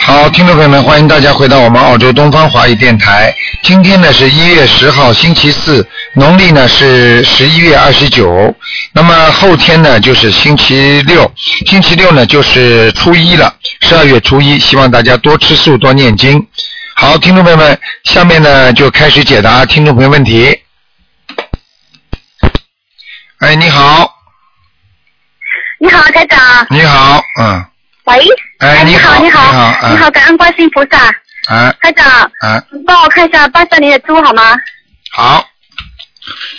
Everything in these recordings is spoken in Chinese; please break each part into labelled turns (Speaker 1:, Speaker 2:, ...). Speaker 1: 好，听众朋友们，欢迎大家回到我们澳洲东方华语电台。今天呢是一月十号，星期四，农历呢是十一月二十九。那么后天呢就是星期六，星期六呢就是初一了，十二月初一。希望大家多吃素，多念经。好，听众朋友们，下面呢就开始解答听众朋友问题。哎，你好，
Speaker 2: 你好，台长。
Speaker 1: 你好，嗯，
Speaker 2: 喂。
Speaker 1: 哎，
Speaker 2: 你
Speaker 1: 好，
Speaker 2: 你
Speaker 1: 好，
Speaker 2: 好，
Speaker 1: 嗯
Speaker 2: 你好，感恩观世音菩萨。
Speaker 1: 哎，
Speaker 2: 台长，
Speaker 1: 哎，
Speaker 2: 你帮我看一下八三年的猪好吗？
Speaker 1: 好，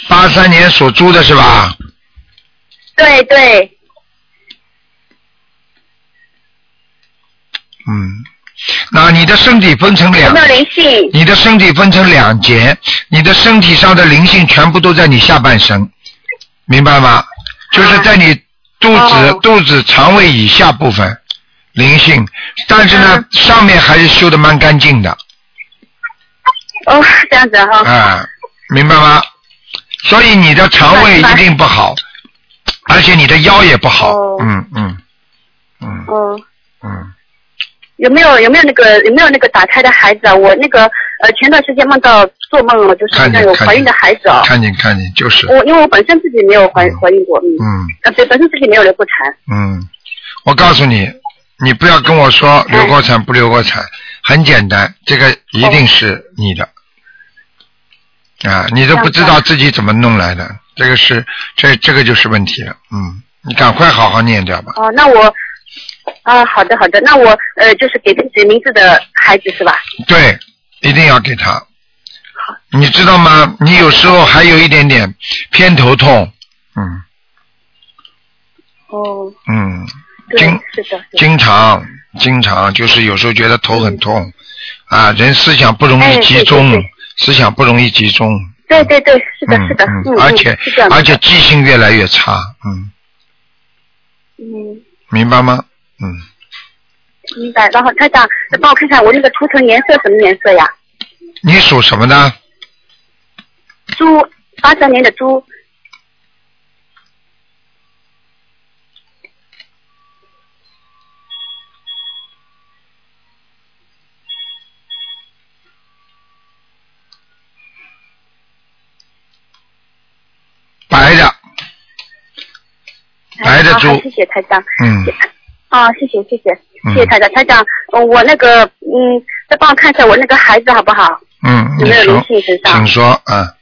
Speaker 1: 八三年属猪的是吧？
Speaker 2: 对对，
Speaker 1: 嗯，那你的身体分成
Speaker 2: 有
Speaker 1: 两
Speaker 2: 没，有灵性？
Speaker 1: 你的身体分成两节，你的身体上的灵性全部都在你下半身，明白吗？就是在你肚子、
Speaker 2: 哦
Speaker 1: 肚子、肠胃以下部分灵性，但是呢，
Speaker 2: 嗯
Speaker 1: 上面还是修的蛮干净的，
Speaker 2: 哦，这样子哈、
Speaker 1: 啊、明白吗？所以你的肠胃
Speaker 2: 明
Speaker 1: 一
Speaker 2: 白
Speaker 1: 定不好，而且你的腰也不好
Speaker 2: 哦，
Speaker 1: 嗯嗯嗯
Speaker 2: 哦，
Speaker 1: 嗯，
Speaker 2: 有没有有没有那个有没有那个打胎的孩子啊？我那个呃前段时间梦到做梦了，就是
Speaker 1: 看见
Speaker 2: 那有
Speaker 1: 看见
Speaker 2: 怀孕的孩子啊。
Speaker 1: 看见看见就是，
Speaker 2: 我因为我本身自己没有怀怀孕过，嗯，
Speaker 1: 嗯。
Speaker 2: 呃对，本身自己没有流过产。
Speaker 1: 嗯，我告诉你，你不要跟我说流过产不流过产，很简单，这个一定是你的。啊，你都不知道自己怎么弄来的，这个是这这个就是问题了。嗯，你赶快好好念掉吧。
Speaker 2: 哦，那我啊，好的好的，那我呃就是给自己名字的孩子是吧？
Speaker 1: 对，一定要给他。你知道吗？你有时候还有一点点偏头痛。嗯
Speaker 2: 哦，
Speaker 1: 嗯，
Speaker 2: 对，
Speaker 1: 经
Speaker 2: 是的，是的
Speaker 1: 经常经常就是有时候觉得头很痛，啊，人思想不容
Speaker 2: 哎
Speaker 1: 易
Speaker 2: 对
Speaker 1: 集
Speaker 2: 对
Speaker 1: 中，
Speaker 2: 对
Speaker 1: 思想不容易集中，
Speaker 2: 对对对，是的，
Speaker 1: 嗯
Speaker 2: 是的，
Speaker 1: 嗯
Speaker 2: 嗯，
Speaker 1: 而
Speaker 2: 嗯
Speaker 1: 且
Speaker 2: 是这样的
Speaker 1: 而且记性越来越差，嗯，
Speaker 2: 嗯，
Speaker 1: 明白吗？嗯，
Speaker 2: 明白。然后台长，帮我看看我那个图腾颜色什么颜色呀？
Speaker 1: 你属什么的？
Speaker 2: 猪，八三年的猪，
Speaker 1: 白的，白的
Speaker 2: 啊
Speaker 1: 猪
Speaker 2: 好谢谢台长。
Speaker 1: 嗯，
Speaker 2: 啊，谢谢谢谢
Speaker 1: 嗯
Speaker 2: 谢谢台长，台长，呃我那个嗯，再帮我看一下我那个孩子好不好？
Speaker 1: 嗯，
Speaker 2: 有
Speaker 1: 你
Speaker 2: 没有灵
Speaker 1: 说，
Speaker 2: 性身上
Speaker 1: 请？说啊，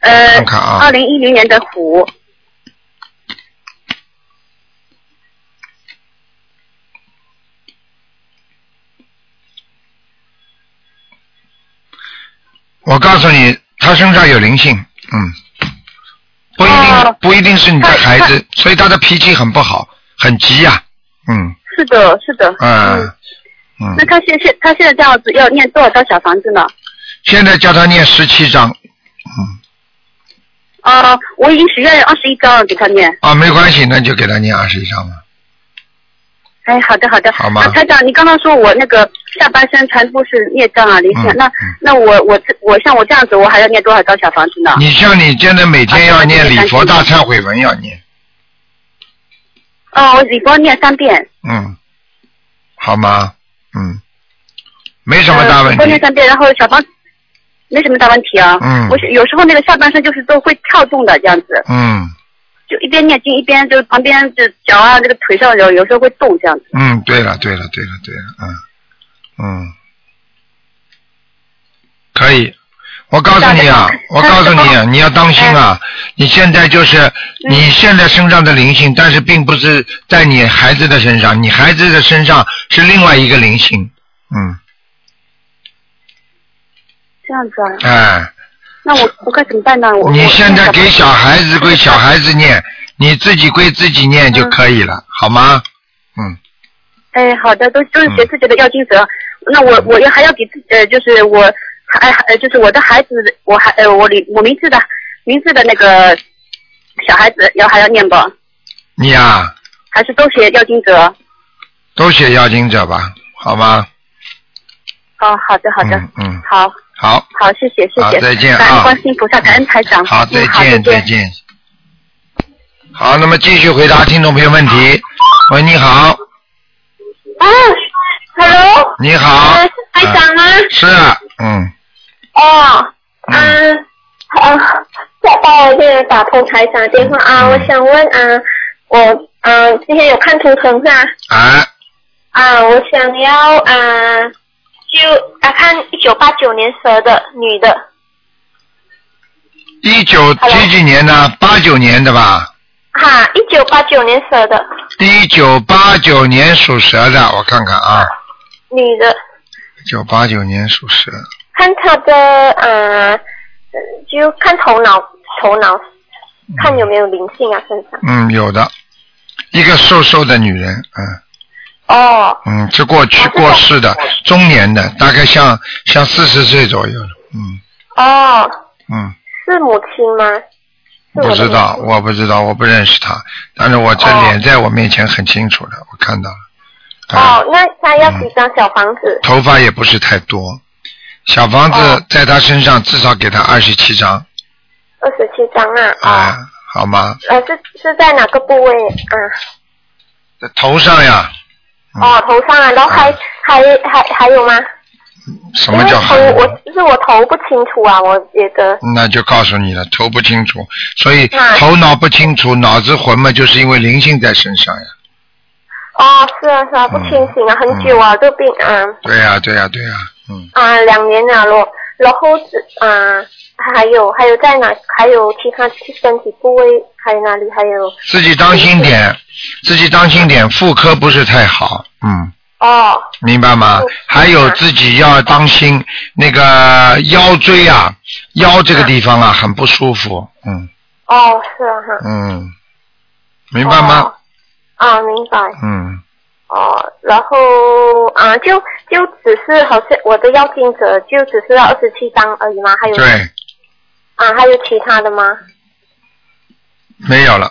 Speaker 2: 呃
Speaker 1: 看，看啊
Speaker 2: 二，零一零年的虎，
Speaker 1: 我告诉你，他身上有灵性，嗯，不一定
Speaker 2: 哦
Speaker 1: 不一定是你的
Speaker 2: 他
Speaker 1: 孩子，所以他的脾气很不好，很急呀，嗯
Speaker 2: 是的，是的。
Speaker 1: 啊
Speaker 2: 嗯。
Speaker 1: 嗯
Speaker 2: 那，他现现他现在这样子要念多少张小房子呢？
Speaker 1: 现在叫他念十七章，
Speaker 2: 啊，我已经许愿二十一张了给他念。
Speaker 1: 啊，没关系，那就给他念二十一章吧。
Speaker 2: 哎，好的好的，
Speaker 1: 好吗
Speaker 2: 那台长，你刚刚说我那个下半身全部是孽障啊，灵性啊，
Speaker 1: 嗯
Speaker 2: 那
Speaker 1: 嗯
Speaker 2: 那我我这我像我这样子，我还要念多少张小房子呢？
Speaker 1: 你像你现在每天要念礼佛大忏悔文要念，
Speaker 2: 哦，我礼佛念三遍，
Speaker 1: 嗯，好吗？嗯，没什么大
Speaker 2: 呃
Speaker 1: 问
Speaker 2: 礼佛念
Speaker 1: 题。
Speaker 2: 三遍，然后小房子没什么大问题啊。
Speaker 1: 嗯
Speaker 2: 我是有时候那个下半身就是都会跳动的这样子，
Speaker 1: 嗯
Speaker 2: 就一边念经一边就旁边就脚啊这个腿上有有时候会动这样子。
Speaker 1: 嗯，对了对了对了对了，嗯嗯，可以。我告诉你啊
Speaker 2: 大家，
Speaker 1: 我告诉你啊，你要当心啊！
Speaker 2: 哎
Speaker 1: 你现在就是
Speaker 2: 嗯
Speaker 1: 你现在身上的灵性，但是并不是在你孩子的身上，你孩子的身上是另外一个灵性。嗯，
Speaker 2: 这样子啊，
Speaker 1: 哎、
Speaker 2: 那我我该怎么办呢？我
Speaker 1: 你现在给小孩子归
Speaker 2: 归
Speaker 1: 小孩子念，你自己归自己念就可以了，好吗？嗯，
Speaker 2: 哎，好的，都都是学自己的要经者。那我
Speaker 1: 嗯
Speaker 2: 我要还要给自呃，就是我还呃，就是我的孩子，我还呃，我里我名字的名字的那个小孩子要还要念不？
Speaker 1: 你呀、
Speaker 2: 还是都写要经者？
Speaker 1: 都写要经者吧，好吗？
Speaker 2: 哦，好的好的，
Speaker 1: 嗯嗯，
Speaker 2: 好
Speaker 1: 好，
Speaker 2: 好谢谢谢
Speaker 1: 好
Speaker 2: 谢，
Speaker 1: 再见啊
Speaker 2: 感恩观世音菩萨，感恩台长，
Speaker 1: 好，
Speaker 2: 嗯
Speaker 1: 再
Speaker 2: 好
Speaker 1: 见，再
Speaker 2: 见。
Speaker 1: 见。好，那么继续回答听众朋友问题。喂，你好，
Speaker 3: 啊，Hello，
Speaker 1: 你好
Speaker 2: 呃，是，台
Speaker 1: 啊
Speaker 2: 长吗？
Speaker 1: 是啊，嗯，
Speaker 2: 哦，嗯，好，再帮我这个打通台长电话啊，
Speaker 1: 嗯
Speaker 2: 我想问啊，我嗯今天有看图腾是吧？
Speaker 1: 啊，
Speaker 2: 啊，我想要啊，就啊看一九八九年蛇的女的，
Speaker 1: 一九几几年呢？八九年的吧？
Speaker 2: 哈，一九八九年蛇的
Speaker 1: 一九八九年属蛇的，我看看啊，
Speaker 2: 女的，
Speaker 1: 一九八九年属蛇，
Speaker 2: 看她的呃，就看头脑头脑，看有没有灵性啊身上。
Speaker 1: 嗯，有的，一个瘦瘦的女人，嗯
Speaker 2: 哦，
Speaker 1: 嗯，是过去
Speaker 2: 啊这个
Speaker 1: 过世的，中年的，大概像像四十岁左右，嗯
Speaker 2: 哦，
Speaker 1: 嗯，
Speaker 2: 是母亲吗？是我
Speaker 1: 不
Speaker 2: 的
Speaker 1: 知道，
Speaker 2: 母亲
Speaker 1: 我不知道，我不认识她，但是我这
Speaker 2: 哦
Speaker 1: 脸在我面前很清楚的，我看到了，啊，嗯
Speaker 2: 哦，那他要几张小房子？
Speaker 1: 头发也不是太多，小房子
Speaker 2: 哦
Speaker 1: 在她身上至少给她二十七张，
Speaker 2: 二十七张啊。
Speaker 1: 啊
Speaker 2: 哦。，
Speaker 1: 好吗？
Speaker 2: 呃，是是在哪个部位啊？
Speaker 1: 头上呀，嗯
Speaker 2: 哦，头上啊，然后还、
Speaker 1: 啊
Speaker 2: 还还还有吗？
Speaker 1: 什
Speaker 2: 因
Speaker 1: 么
Speaker 2: 为
Speaker 1: 叫
Speaker 2: 头
Speaker 1: 很？
Speaker 2: 我就是我头不清楚啊，我觉得。
Speaker 1: 那就告诉你了，头不清楚，所以
Speaker 2: 那
Speaker 1: 头脑不清楚，脑子混嘛，就是因为灵性在身上呀。
Speaker 2: 哦，是啊
Speaker 1: 嗯
Speaker 2: 是啊，不清醒啊，很久啊，这病啊
Speaker 1: 对呀、对呀、对呀、嗯，
Speaker 2: 啊，两年了咯。然后是啊，还有还有在哪？还有其他身体部位还有哪里？还有
Speaker 1: 自己当心点，自己当心点，妇科不是太好，嗯，
Speaker 2: 哦
Speaker 1: 明白吗
Speaker 2: 嗯？
Speaker 1: 还有自己要当心那个腰椎啊，腰这个地方啊很不舒服，嗯
Speaker 2: 哦是啊哈。
Speaker 1: 嗯，明白吗？
Speaker 2: 哦？啊，明白。
Speaker 1: 嗯，
Speaker 2: 哦，然后啊，就就只是好像我的要经者就只是要二十七张而已吗？还有
Speaker 1: 对，
Speaker 2: 啊，还有其他的吗？
Speaker 1: 没有了。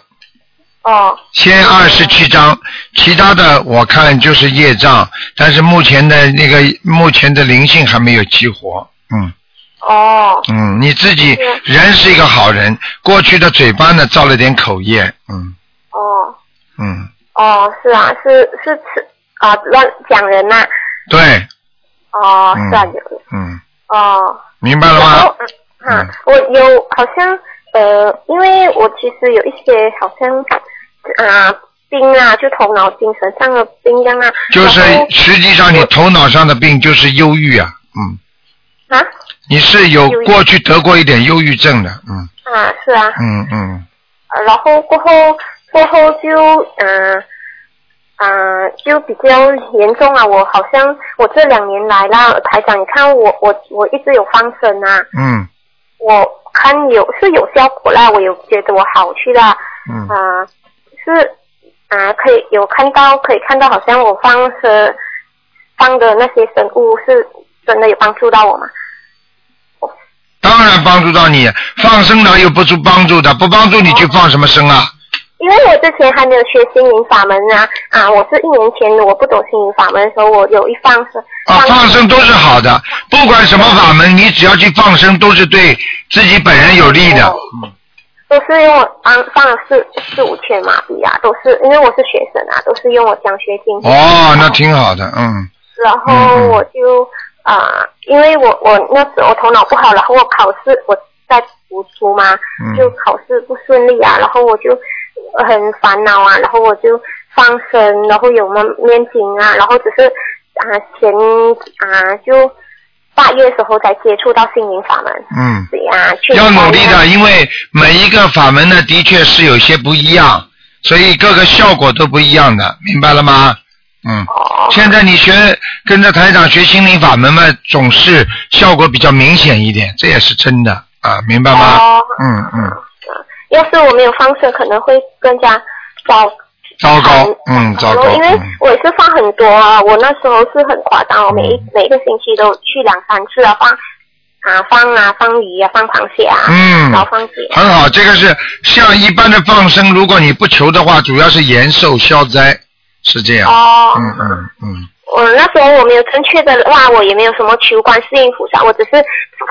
Speaker 2: 哦
Speaker 1: 先二十七章，其他的我看就是业障，但是目前的那个目前的灵性还没有激活。嗯
Speaker 2: 哦
Speaker 1: 嗯，你自己
Speaker 2: 是
Speaker 1: 人是一个好人，过去的嘴巴呢造了点口业。嗯
Speaker 2: 哦
Speaker 1: 嗯，
Speaker 2: 哦，是啊，是是吃啊乱讲人呐、
Speaker 1: 对，
Speaker 2: 哦，
Speaker 1: 嗯
Speaker 2: 是啊有
Speaker 1: 嗯，
Speaker 2: 哦，
Speaker 1: 明白了
Speaker 2: 然
Speaker 1: 吗
Speaker 2: 后？嗯哈、
Speaker 1: 嗯
Speaker 2: 我有好像呃，因为我其实有一些好像啊病啊，就头脑精神上的病一样啊，
Speaker 1: 就是
Speaker 2: 然后
Speaker 1: 实际上你头脑上的病就是忧郁啊。嗯，
Speaker 2: 啊
Speaker 1: 你是有
Speaker 2: 忧郁
Speaker 1: 过去得过一点忧郁症的。嗯
Speaker 2: 啊是啊，
Speaker 1: 嗯嗯，
Speaker 2: 呃然后过后过后就嗯嗯、呃就比较严重啊。我好像我这两年来啦，台长，你看我我我一直有放生啊，
Speaker 1: 嗯
Speaker 2: 我看有是有效果啦，我有觉得我好去啦，
Speaker 1: 嗯
Speaker 2: 啊、是啊、可以有看到可以看到，好像我放生放的那些生物是真的有帮助到我嘛？
Speaker 1: 当然帮助到你，放生呢又不助帮助的，不帮助你去放什么生啊？
Speaker 2: 因为我之前还没有学心灵法门啊啊！我是一年前我不懂心灵法门的时候，我有一放生
Speaker 1: 啊，放生都是好的，不管什么法门，你只要去放生，都是对自己本人有嗯利的。
Speaker 2: 哦都是用我放放了四四五千马币啊，都是因为我是学生啊，都是用我奖学金。
Speaker 1: 哦，那挺好的，嗯
Speaker 2: 然后我就啊、呃因为我我那时候头脑不好，然后我考试我在读书嘛，就
Speaker 1: 嗯
Speaker 2: 考试不顺利啊，然后我就很烦恼啊，然后我就放生，然后有么念经啊，然后只是啊、前啊、就八月时候才接触到心灵法门，
Speaker 1: 嗯，
Speaker 2: 对呀、去
Speaker 1: 要努力
Speaker 2: 拜
Speaker 1: 的，因为每一个法门呢，的确是有些不一样，所以各个效果都不一样的，明白了吗？嗯，
Speaker 2: 哦，
Speaker 1: 现在你学跟着台长学心灵法门嘛，总是效果比较明显一点，这也是真的啊，明白吗？
Speaker 2: 哦，
Speaker 1: 嗯嗯，
Speaker 2: 要是我没有放生，可能会更加糟
Speaker 1: 糟糕，嗯糟糕，
Speaker 2: 哦因为
Speaker 1: 嗯
Speaker 2: 我也是放很多啊，我那时候是很夸张，我每
Speaker 1: 嗯
Speaker 2: 一、每个星期都去两三次啊，放啊放啊放鱼啊，放螃蟹啊，
Speaker 1: 嗯
Speaker 2: 然后放蟹啊、
Speaker 1: 很好，这个是像一般的放生，如果你不求的话，主要是延寿消灾，是这样。
Speaker 2: 哦，
Speaker 1: 嗯嗯嗯，
Speaker 2: 我那时候我没有正确的话，我也没有什么求观世音菩萨，我只是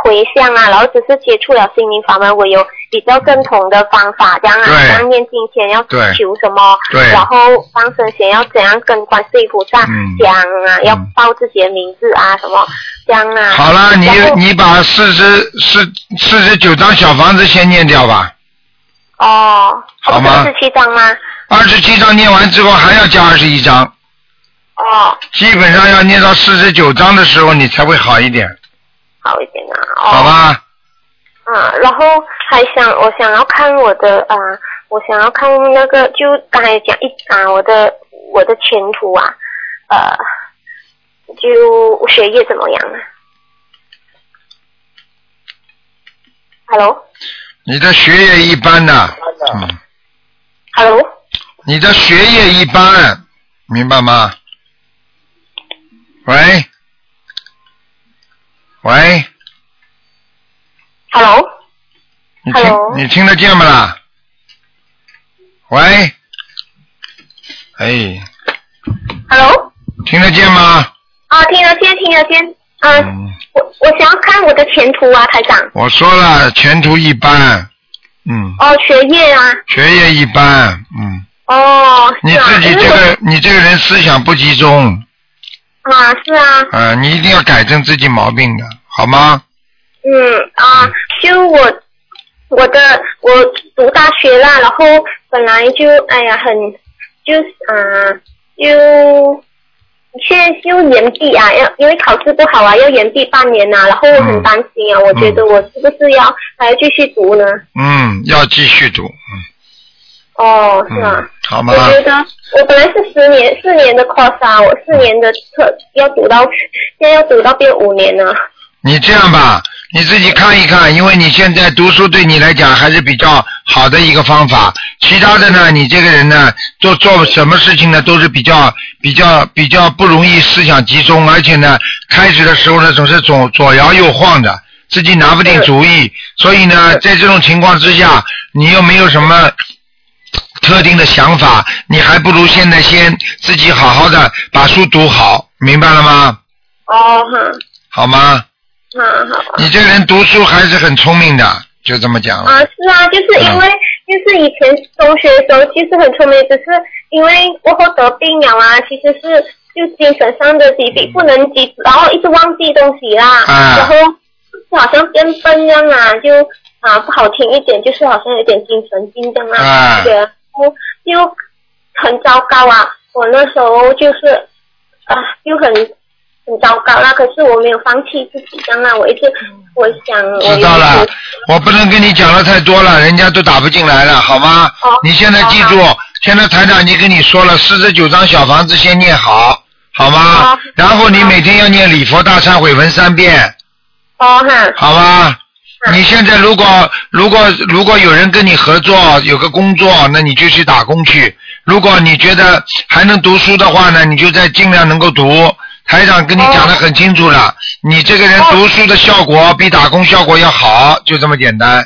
Speaker 2: 回向啊，然后只是接触了心灵法门，我有比较正统的方法，这样啊，
Speaker 1: 对
Speaker 2: 像念经前要
Speaker 1: 对
Speaker 2: 求什么，
Speaker 1: 对
Speaker 2: 然后放生前要怎样跟观世音菩萨
Speaker 1: 嗯
Speaker 2: 讲啊，要
Speaker 1: 嗯
Speaker 2: 报自己的名字啊，什么这样啊。
Speaker 1: 好了，你
Speaker 2: 然后
Speaker 1: 你把四十四四十九张小房子先念掉吧，
Speaker 2: 哦，
Speaker 1: 好吗
Speaker 2: 是七张吗？
Speaker 1: 二十七张念完之后还要加二十一张，
Speaker 2: 哦，
Speaker 1: 基本上要念到四十九张的时候你才会好一点，
Speaker 2: 好一点啊。哦、
Speaker 1: 好吧？
Speaker 2: 啊，然后还想我想要看我的啊，我想要看那个就刚才讲一啊，我的我的前途啊，呃，就学业怎么样啊？Hello，Hello，
Speaker 1: 你的学业一般呐、嗯，你的学业一般，明白吗？喂，喂，
Speaker 2: Hello，
Speaker 1: 你听
Speaker 2: Hello
Speaker 1: 你听得见不啦？喂，哎，
Speaker 2: Hello，
Speaker 1: 听得见吗？
Speaker 2: 啊，听得见，听得见，啊，
Speaker 1: 嗯，
Speaker 2: 我我想要看我的前途啊，台长，
Speaker 1: 我说了，前途一般，嗯，
Speaker 2: 哦，学业啊，
Speaker 1: 学业一般，嗯，
Speaker 2: 哦，
Speaker 1: 你
Speaker 2: 是啊
Speaker 1: 自己
Speaker 2: 因为
Speaker 1: 这
Speaker 2: 我
Speaker 1: 个你这个人思想不集中，
Speaker 2: 啊，是啊，
Speaker 1: 啊、你一定要改正自己毛病的，好吗？
Speaker 2: 嗯啊，就我我的我读大学啦，然后本来就哎呀很就啊就现在就延毕啊，要因为考试不好啊，要延毕半年呐、然后我很担心啊，我觉得我是不是要还要继续读呢？
Speaker 1: 嗯，要继续读，嗯，
Speaker 2: 哦，是啊。
Speaker 1: 嗯好吗
Speaker 2: 我？觉得我本来是十年四年的 course 啊，我四年的课要读到，现在要读到变五年了。
Speaker 1: 你这样吧，你自己看一看，因为你现在读书对你来讲还是比较好的一个方法。其他的呢，你这个人呢，做做什么事情呢，都是比较比较比较不容易思想集中，而且呢，开始的时候呢，总是左左摇右晃的，自己拿不定主意。所以呢，在这种情况之下，你又没有什么特定的想法，你还不如现在先自己好好的把书读好，明白了吗？
Speaker 2: 哦哈，
Speaker 1: 好吗？
Speaker 2: 哈好。
Speaker 1: 你这人读书还是很聪明的，就这么讲了。
Speaker 2: 啊，是啊，就是因
Speaker 1: 嗯
Speaker 2: 为、就是以前中学的时候其实很聪明，只是因为过后得病了啊，其实是就精神上的疾病，不能及，然后一直忘记东西啦，
Speaker 1: 啊
Speaker 2: 然后就好像变笨一样啊，就啊不好听一点，就是好像有点精神病这样
Speaker 1: 啊
Speaker 2: 啊，对，然后就很糟糕啊，我那时候就是啊就很。很糟糕啦，可是我没有放弃自己，当然我一直我想我
Speaker 1: 嗯知道了，我不能跟你讲的太多了，人家都打不进来了，好吗？
Speaker 2: 哦
Speaker 1: 你现在记住，现在台长已经跟你说了，四十九张小房子先念好，好吗
Speaker 2: 好？
Speaker 1: 然后你每天要念礼佛大忏悔文三遍，
Speaker 2: 哦哈，
Speaker 1: 好吧？
Speaker 2: 嗯
Speaker 1: 你现在如果如果如果有人跟你合作，有个工作，那你就去打工去。如果你觉得还能读书的话呢，你就再尽量能够读。台长跟你讲的很清楚了，你这个人
Speaker 2: 哦
Speaker 1: 读书的效果比打工效果要好，就这么简单。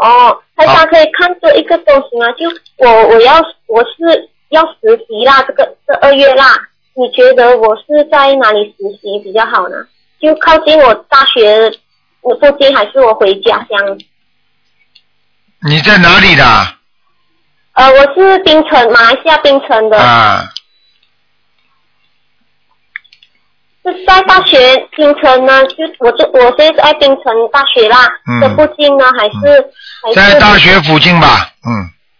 Speaker 2: 哦，台
Speaker 1: 好
Speaker 2: 长可以看这一个东西吗？就我我要我是要实习啦，这个这二月啦，你觉得我是在哪里实习比较好呢？就靠近我大学我附近，还是我回家乡？
Speaker 1: 你在哪里的？
Speaker 2: 呃，我是槟城，马来西亚槟城的，
Speaker 1: 啊，
Speaker 2: 是在大学槟城呢？就我就我现在在槟城大学啦，
Speaker 1: 嗯
Speaker 2: 这附近呢，还是、还是
Speaker 1: 在大学附近吧？嗯，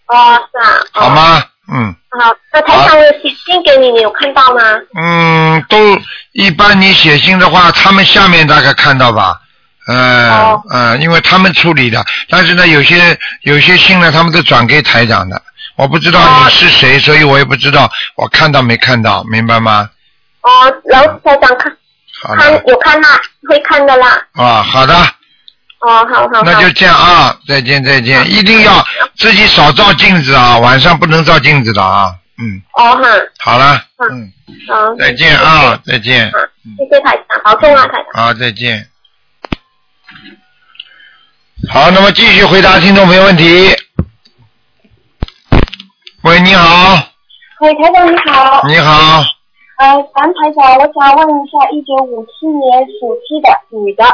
Speaker 2: 哦，是啊，哦
Speaker 1: 好？吗？嗯
Speaker 2: 好，那台长，我写信给你，你有看到吗？
Speaker 1: 嗯，都一般。你写信的话，他们下面大概看到吧？嗯、
Speaker 2: 哦
Speaker 1: 嗯，因为他们处理的，但是呢，有些有些信呢，他们都转给台长的。我不知道你
Speaker 2: 哦
Speaker 1: 是谁，所以我也不知道我看到没看到，明白吗？
Speaker 2: 哦，然后台长看
Speaker 1: 好了
Speaker 2: 看有看啦，会看的啦。
Speaker 1: 啊，好的，
Speaker 2: 哦，好好好。
Speaker 1: 那就这样啊，再见再见，一定要自己少照镜子啊，晚上不能照镜子的啊，嗯，
Speaker 2: 哦哈，
Speaker 1: 好了，嗯
Speaker 2: 嗯，好，
Speaker 1: 再见啊，再见，
Speaker 2: 好，谢谢台长，保重啊，台长。
Speaker 1: 好，再见。好，那么继续回答听众朋友问题。喂，你好，
Speaker 2: 喂，台长你好，
Speaker 1: 嗯你好，
Speaker 2: 呃，王台长，我想问一下，一九五七年属鸡的女的，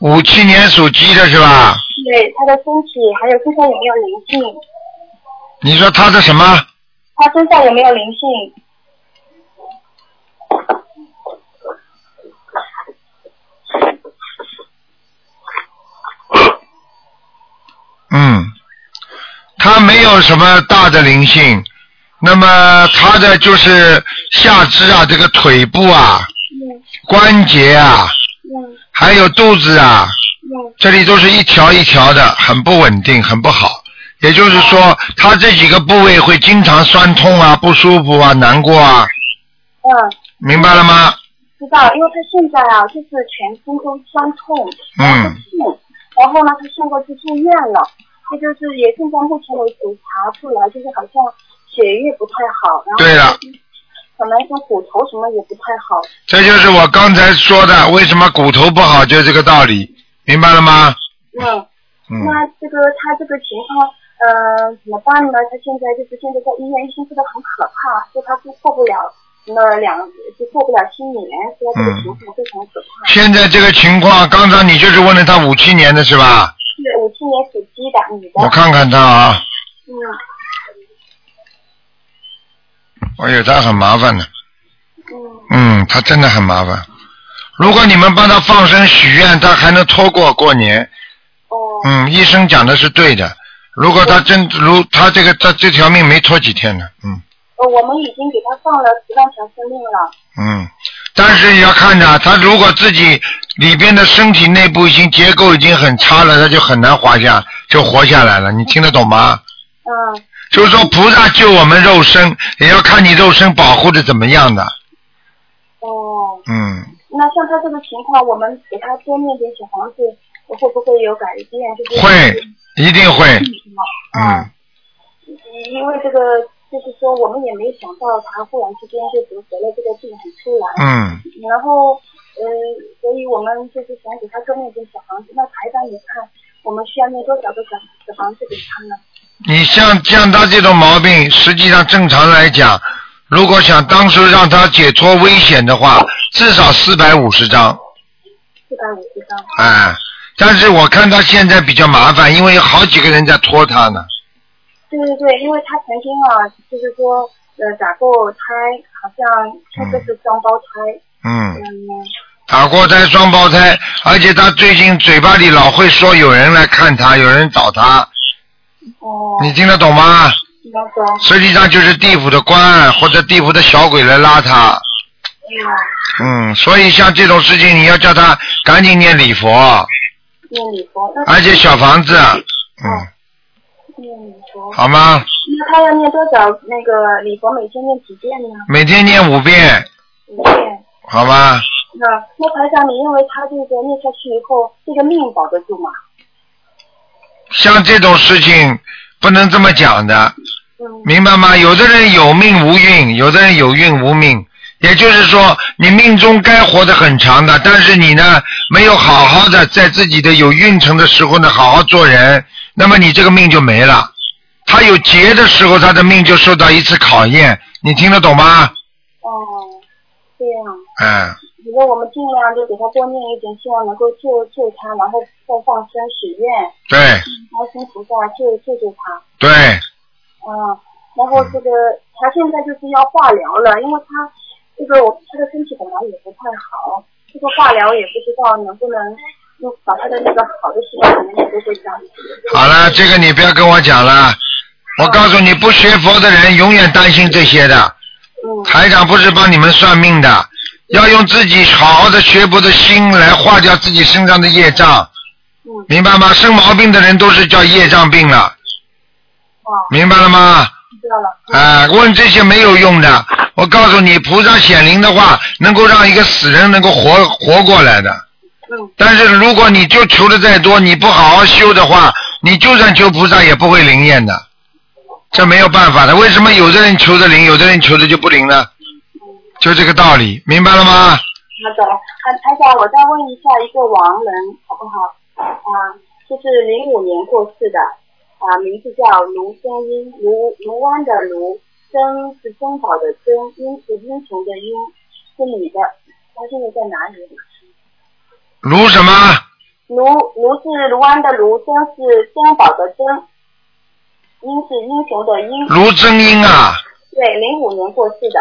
Speaker 1: 五七年属鸡的是吧？
Speaker 2: 对她的身体还有身上有没有灵性？
Speaker 1: 你说他的什么？
Speaker 2: 她身上有没有灵性？
Speaker 1: 嗯，他没有什么大的灵性，那么他的就是下肢啊，这个腿部啊，
Speaker 2: 嗯
Speaker 1: 关节啊，
Speaker 2: 嗯
Speaker 1: 还有肚子啊，
Speaker 2: 嗯
Speaker 1: 这里都是一条一条的，很不稳定，很不好。也就是说，他这几个部位会经常酸痛啊、不舒服啊、难过啊，
Speaker 2: 嗯，
Speaker 1: 明白了吗？
Speaker 2: 知道，因为她现在啊，就是全身都酸痛，
Speaker 1: 嗯
Speaker 2: 痛，然后呢，她送过去住院了，她就是也现在目前为止查出来，就是好像血液不太好，然后
Speaker 1: 对啊了，
Speaker 2: 可能说骨头什么也不太好，
Speaker 1: 这就是我刚才说的，为什么骨头不好，就这个道理，明白了吗？
Speaker 2: 嗯。
Speaker 1: 嗯，
Speaker 2: 那这个他这个情况，呃，怎么办呢？他现在就是现在在医院，医生说的很可怕，说他就过不了那两就过不了新年，说这个情况非常可怕。
Speaker 1: 现在这个情况，刚刚你就是问了他五七年的是吧？
Speaker 2: 是五七年属鸡的女的
Speaker 1: 我，看看他啊，
Speaker 2: 嗯，
Speaker 1: 哎呦，他很麻烦的，
Speaker 2: 嗯，
Speaker 1: 嗯，他真的很麻烦。如果你们帮他放生许愿，他还能拖过过年。
Speaker 2: 哦，
Speaker 1: 嗯，医生讲的是对的。如果他真如他这个他这条命没拖几天呢，嗯
Speaker 2: 呃我们已经给他放了十万条生命了，
Speaker 1: 嗯，但是也要看着他如果自己里边的身体内部已经结构已经很差了，他就很难活下就活下来了。你听得懂吗？
Speaker 2: 嗯，
Speaker 1: 就是说菩萨救我们肉身，也要看你肉身保护的怎么样的。
Speaker 2: 哦，
Speaker 1: 嗯，
Speaker 2: 那像他这个情况，我们给他多念点小房子，会不会有改变？就是
Speaker 1: 会，一定会。
Speaker 2: 嗯
Speaker 1: 嗯，
Speaker 2: 因为这个，就是说我们也没想到他忽然之间就得得了这个病很突然，
Speaker 1: 嗯，
Speaker 2: 然后呃，所以我们就是想给他多念点小房子。那台长，你看我们需要念多少个小小房子给他呢？
Speaker 1: 你像像他这种毛病，实际上正常来讲，如果想当初让他解脱危险的话，至少四百五十张，
Speaker 2: 四百五十张。
Speaker 1: 哎。但是我看他现在比较麻烦，因为有好几个人在拖他呢。
Speaker 2: 对对对，因为他曾经啊，就是说呃打过胎，好像他就是双胞胎，
Speaker 1: 嗯，
Speaker 2: 嗯，
Speaker 1: 打过胎、双胞胎，而且他最近嘴巴里老会说有人来看他，有人找他，
Speaker 2: 哦，
Speaker 1: 你听得懂吗？
Speaker 2: 那个，
Speaker 1: 实际上就是地府的官或者地府的小鬼来拉他。
Speaker 2: 嗯，
Speaker 1: 嗯，所以像这种事情，你要叫他赶紧念礼佛，
Speaker 2: 念礼佛，那
Speaker 1: 而且小房子，嗯，
Speaker 2: 念礼佛，
Speaker 1: 好吗？
Speaker 2: 那他要念多少那个礼佛？每天念几遍呢？
Speaker 1: 每天念五遍，
Speaker 2: 五遍。
Speaker 1: 好吗？
Speaker 2: 那那台长，你认为他这个念下去以后，这个命保得住吗？
Speaker 1: 像这种事情不能这么讲的，
Speaker 2: 嗯
Speaker 1: 明白吗？有的人有命无运，有的人有运无命。也就是说，你命中该活得很长的，但是你呢，没有好好的在自己的有运程的时候呢，好好做人，那么你这个命就没了。他有劫的时候，他的命就受到一次考验，你听得懂吗？
Speaker 2: 哦，这样。
Speaker 1: 嗯，
Speaker 2: 如果我们尽量就给他多念一点，希望能够救救他，然后再放生许愿，
Speaker 1: 对
Speaker 2: 高请菩萨救救救他。
Speaker 1: 对，
Speaker 2: 嗯，然后这个他现在就是要化疗了，因为他这个我他的身体本来也不太好，这个化疗也不知道能不能就把他的那个好的事情可能也都会降低。
Speaker 1: 好了，这个你不要跟我讲了。我告诉你，不学佛的人永远担心这些的。
Speaker 2: 嗯
Speaker 1: 台长不是帮你们算命的，要用自己好好的学佛的心来化掉自己身上的业障，
Speaker 2: 嗯，
Speaker 1: 明白吗？生毛病的人都是叫业障病了，
Speaker 2: 好、
Speaker 1: 明白了吗？
Speaker 2: 哦知道了。嗯
Speaker 1: 啊、问这些没有用的。我告诉你，菩萨显灵的话，能够让一个死人能够活活过来的。
Speaker 2: 嗯
Speaker 1: 但是如果你就求的再多，你不好好修的话，你就算求菩萨也不会灵验的，这没有办法的。为什么有的人求的灵，有的人求的就不灵呢？就这个道理，明白了吗？
Speaker 2: 那走了。
Speaker 4: 呃
Speaker 2: 啊，台长，我再问一下一个亡人好不好？啊，就是零五年过世的，啊，名字叫卢生英，卢卢湾的卢，
Speaker 4: 珍是珍宝的珍，殷是殷勤的殷，是女的，她现在在哪里？
Speaker 1: 卢什么？
Speaker 4: 卢卢是卢安的卢，珍是珍宝的珍，殷是英雄的殷。
Speaker 1: 卢正英啊，
Speaker 4: 对，零五年过世的。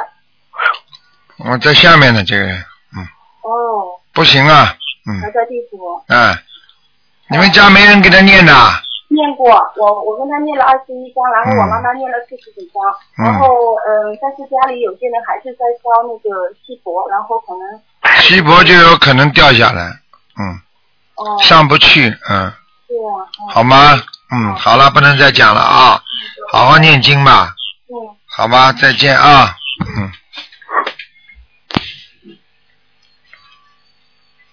Speaker 1: 我哦在下面呢，这个人嗯
Speaker 4: 哦，
Speaker 1: 不行啊，
Speaker 4: 还
Speaker 1: 嗯，
Speaker 4: 在地府
Speaker 1: 哎，你们家没人给他念的啊？
Speaker 4: 念过，我我跟他念了二十一章，然后我妈妈念了四十几章，
Speaker 1: 嗯
Speaker 4: 然后嗯，但是家里有些人还是在烧那个锡箔，然后可能
Speaker 1: 西伯就有可能掉下来，嗯，
Speaker 4: 哦，
Speaker 1: 上不去，嗯，
Speaker 4: 对啊，嗯
Speaker 1: 好吗？嗯，好了，不能再讲了啊，好好念经吧，
Speaker 4: 嗯。
Speaker 1: 好吧，再见啊，嗯。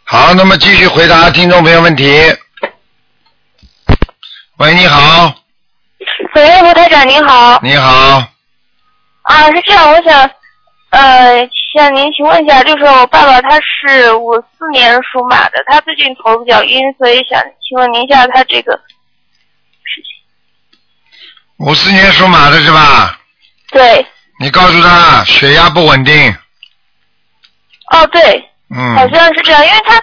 Speaker 1: 好，那么继续回答听众朋友问题。喂，你好，
Speaker 5: 喂，卢台长您好
Speaker 1: 你好，
Speaker 5: 啊，是这样，我想呃向您询问一下，就是我爸爸他是五四年属马的，他最近头比较晕，所以想请问您一下他这个
Speaker 1: 五四年属马的是吧？
Speaker 5: 对
Speaker 1: 你告诉他血压不稳定，
Speaker 5: 哦对，好
Speaker 1: 嗯，
Speaker 5: 像是这样，因为他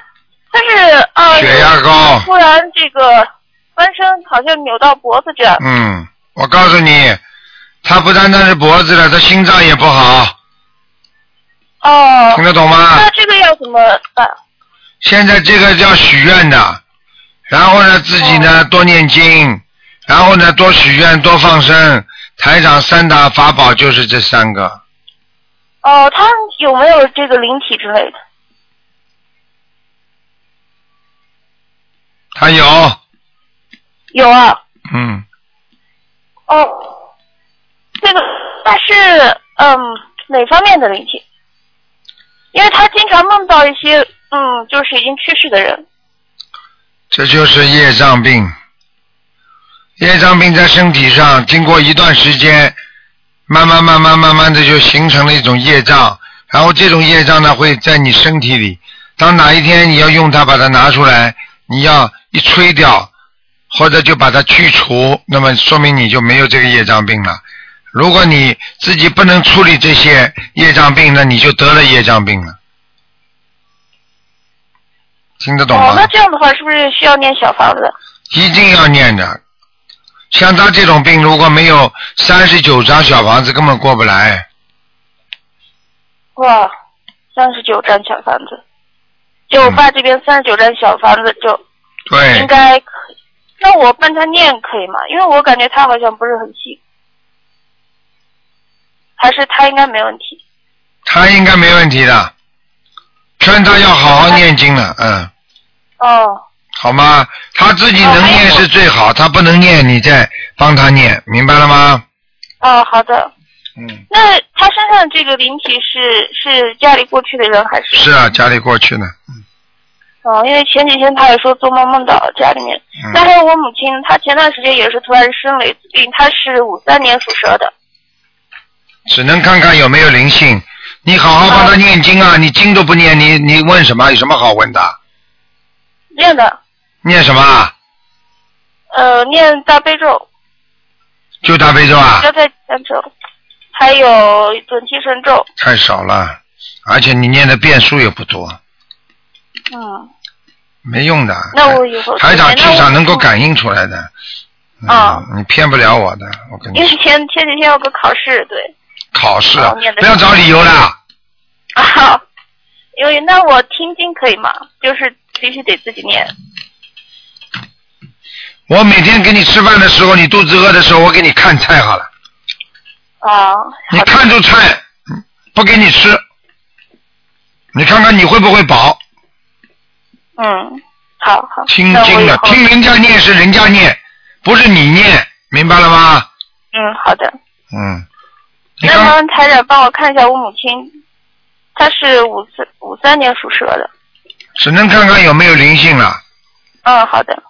Speaker 5: 他是呃
Speaker 1: 血压高，
Speaker 5: 突然这个翻身好像扭到脖子这样，
Speaker 1: 嗯，我告诉你，他不单单是脖子了，他心脏也不好，
Speaker 5: 哦
Speaker 1: 听，得懂吗？
Speaker 2: 嗯
Speaker 5: 那这个要怎么办？
Speaker 1: 现在这个叫许愿的，然后呢，自己呢多念经，然后呢多许愿，多放生。台长三大法宝就是这三个，
Speaker 5: 哦，他有没有这个灵体之类的？
Speaker 1: 他有，
Speaker 5: 有啊。
Speaker 1: 嗯，
Speaker 5: 哦，这个但是嗯哪方面的灵体？因为他经常梦到一些嗯就是已经去世的人。
Speaker 1: 这就是业障病。业障病在身体上，经过一段时间，慢慢慢慢慢慢的就形成了一种业障，然后这种业障呢会在你身体里，当哪一天你要用它把它拿出来，你要一吹掉，或者就把它去除，那么说明你就没有这个业障病了。如果你自己不能处理这些业障病，那你就得了业障病了。听得懂吗？
Speaker 5: 哦，那这样的话是不是需要念小房子？
Speaker 1: 一定要念的。像他这种病，如果没有三十九张小房子，根本过不来。
Speaker 5: 哇，三十九张小房子，就我爸这边三十九张小房子就应
Speaker 1: 嗯对，
Speaker 5: 该可以。那我帮他念可以吗？因为我感觉他好像不是很信，还是他应该没问题。
Speaker 1: 他应该没问题的。劝他要好好念经了，嗯，
Speaker 5: 哦，
Speaker 1: 好吗？他自己能念是最好，他不能念，你再帮他念，明白了吗？
Speaker 5: 哦，好的。
Speaker 1: 嗯，
Speaker 5: 那他身上这个灵体是是家里过去的人还是？
Speaker 1: 是啊，家里过去的，
Speaker 5: 哦，因为前几天他也说做梦梦到家里面。那
Speaker 1: 嗯，
Speaker 5: 还有我母亲，她前段时间也是突然生了一次病，她是五三年属蛇的。
Speaker 1: 只能看看有没有灵性。你好好帮他念经啊，你经都不念，你你问什么？有什么好问的？
Speaker 5: 念的，
Speaker 1: 念什么啊？
Speaker 5: 呃，念大悲咒、
Speaker 1: 就大悲咒啊？
Speaker 5: 消灾吉祥咒，还有准提神咒。
Speaker 1: 太少了，而且你念的遍数也不多，
Speaker 5: 嗯，
Speaker 1: 没用的。
Speaker 5: 那我以后
Speaker 1: 台长
Speaker 5: 那
Speaker 1: 气
Speaker 5: 我嗯
Speaker 1: 场能够感应出来的，
Speaker 5: 啊
Speaker 1: 嗯，你骗不了我的，我跟你
Speaker 5: 因为
Speaker 1: 说，
Speaker 5: 前前几天有个考试，对
Speaker 1: 考试啊
Speaker 5: 哦念得
Speaker 1: 不要找理由啦，
Speaker 5: 啊，因为那我听经可以吗？就是必须得自己念。
Speaker 1: 我每天给你吃饭的时候，你肚子饿的时候，我给你看菜好了，
Speaker 5: 啊，
Speaker 1: 你
Speaker 5: 好的
Speaker 1: 看住菜，嗯不给你吃，你看看你会不会饱？
Speaker 5: 嗯，好好，
Speaker 1: 听
Speaker 5: 那我
Speaker 1: 经
Speaker 5: 以
Speaker 1: 的，
Speaker 5: 后
Speaker 1: 听人家念是人家念，不是你念，明白了吗？
Speaker 5: 嗯，好的。
Speaker 1: 嗯，你
Speaker 5: 那
Speaker 1: 看
Speaker 5: 么台长帮我看一下我母亲，她是五四五三年属蛇的。
Speaker 1: 只能看看有没有灵性了。
Speaker 5: 嗯，好的，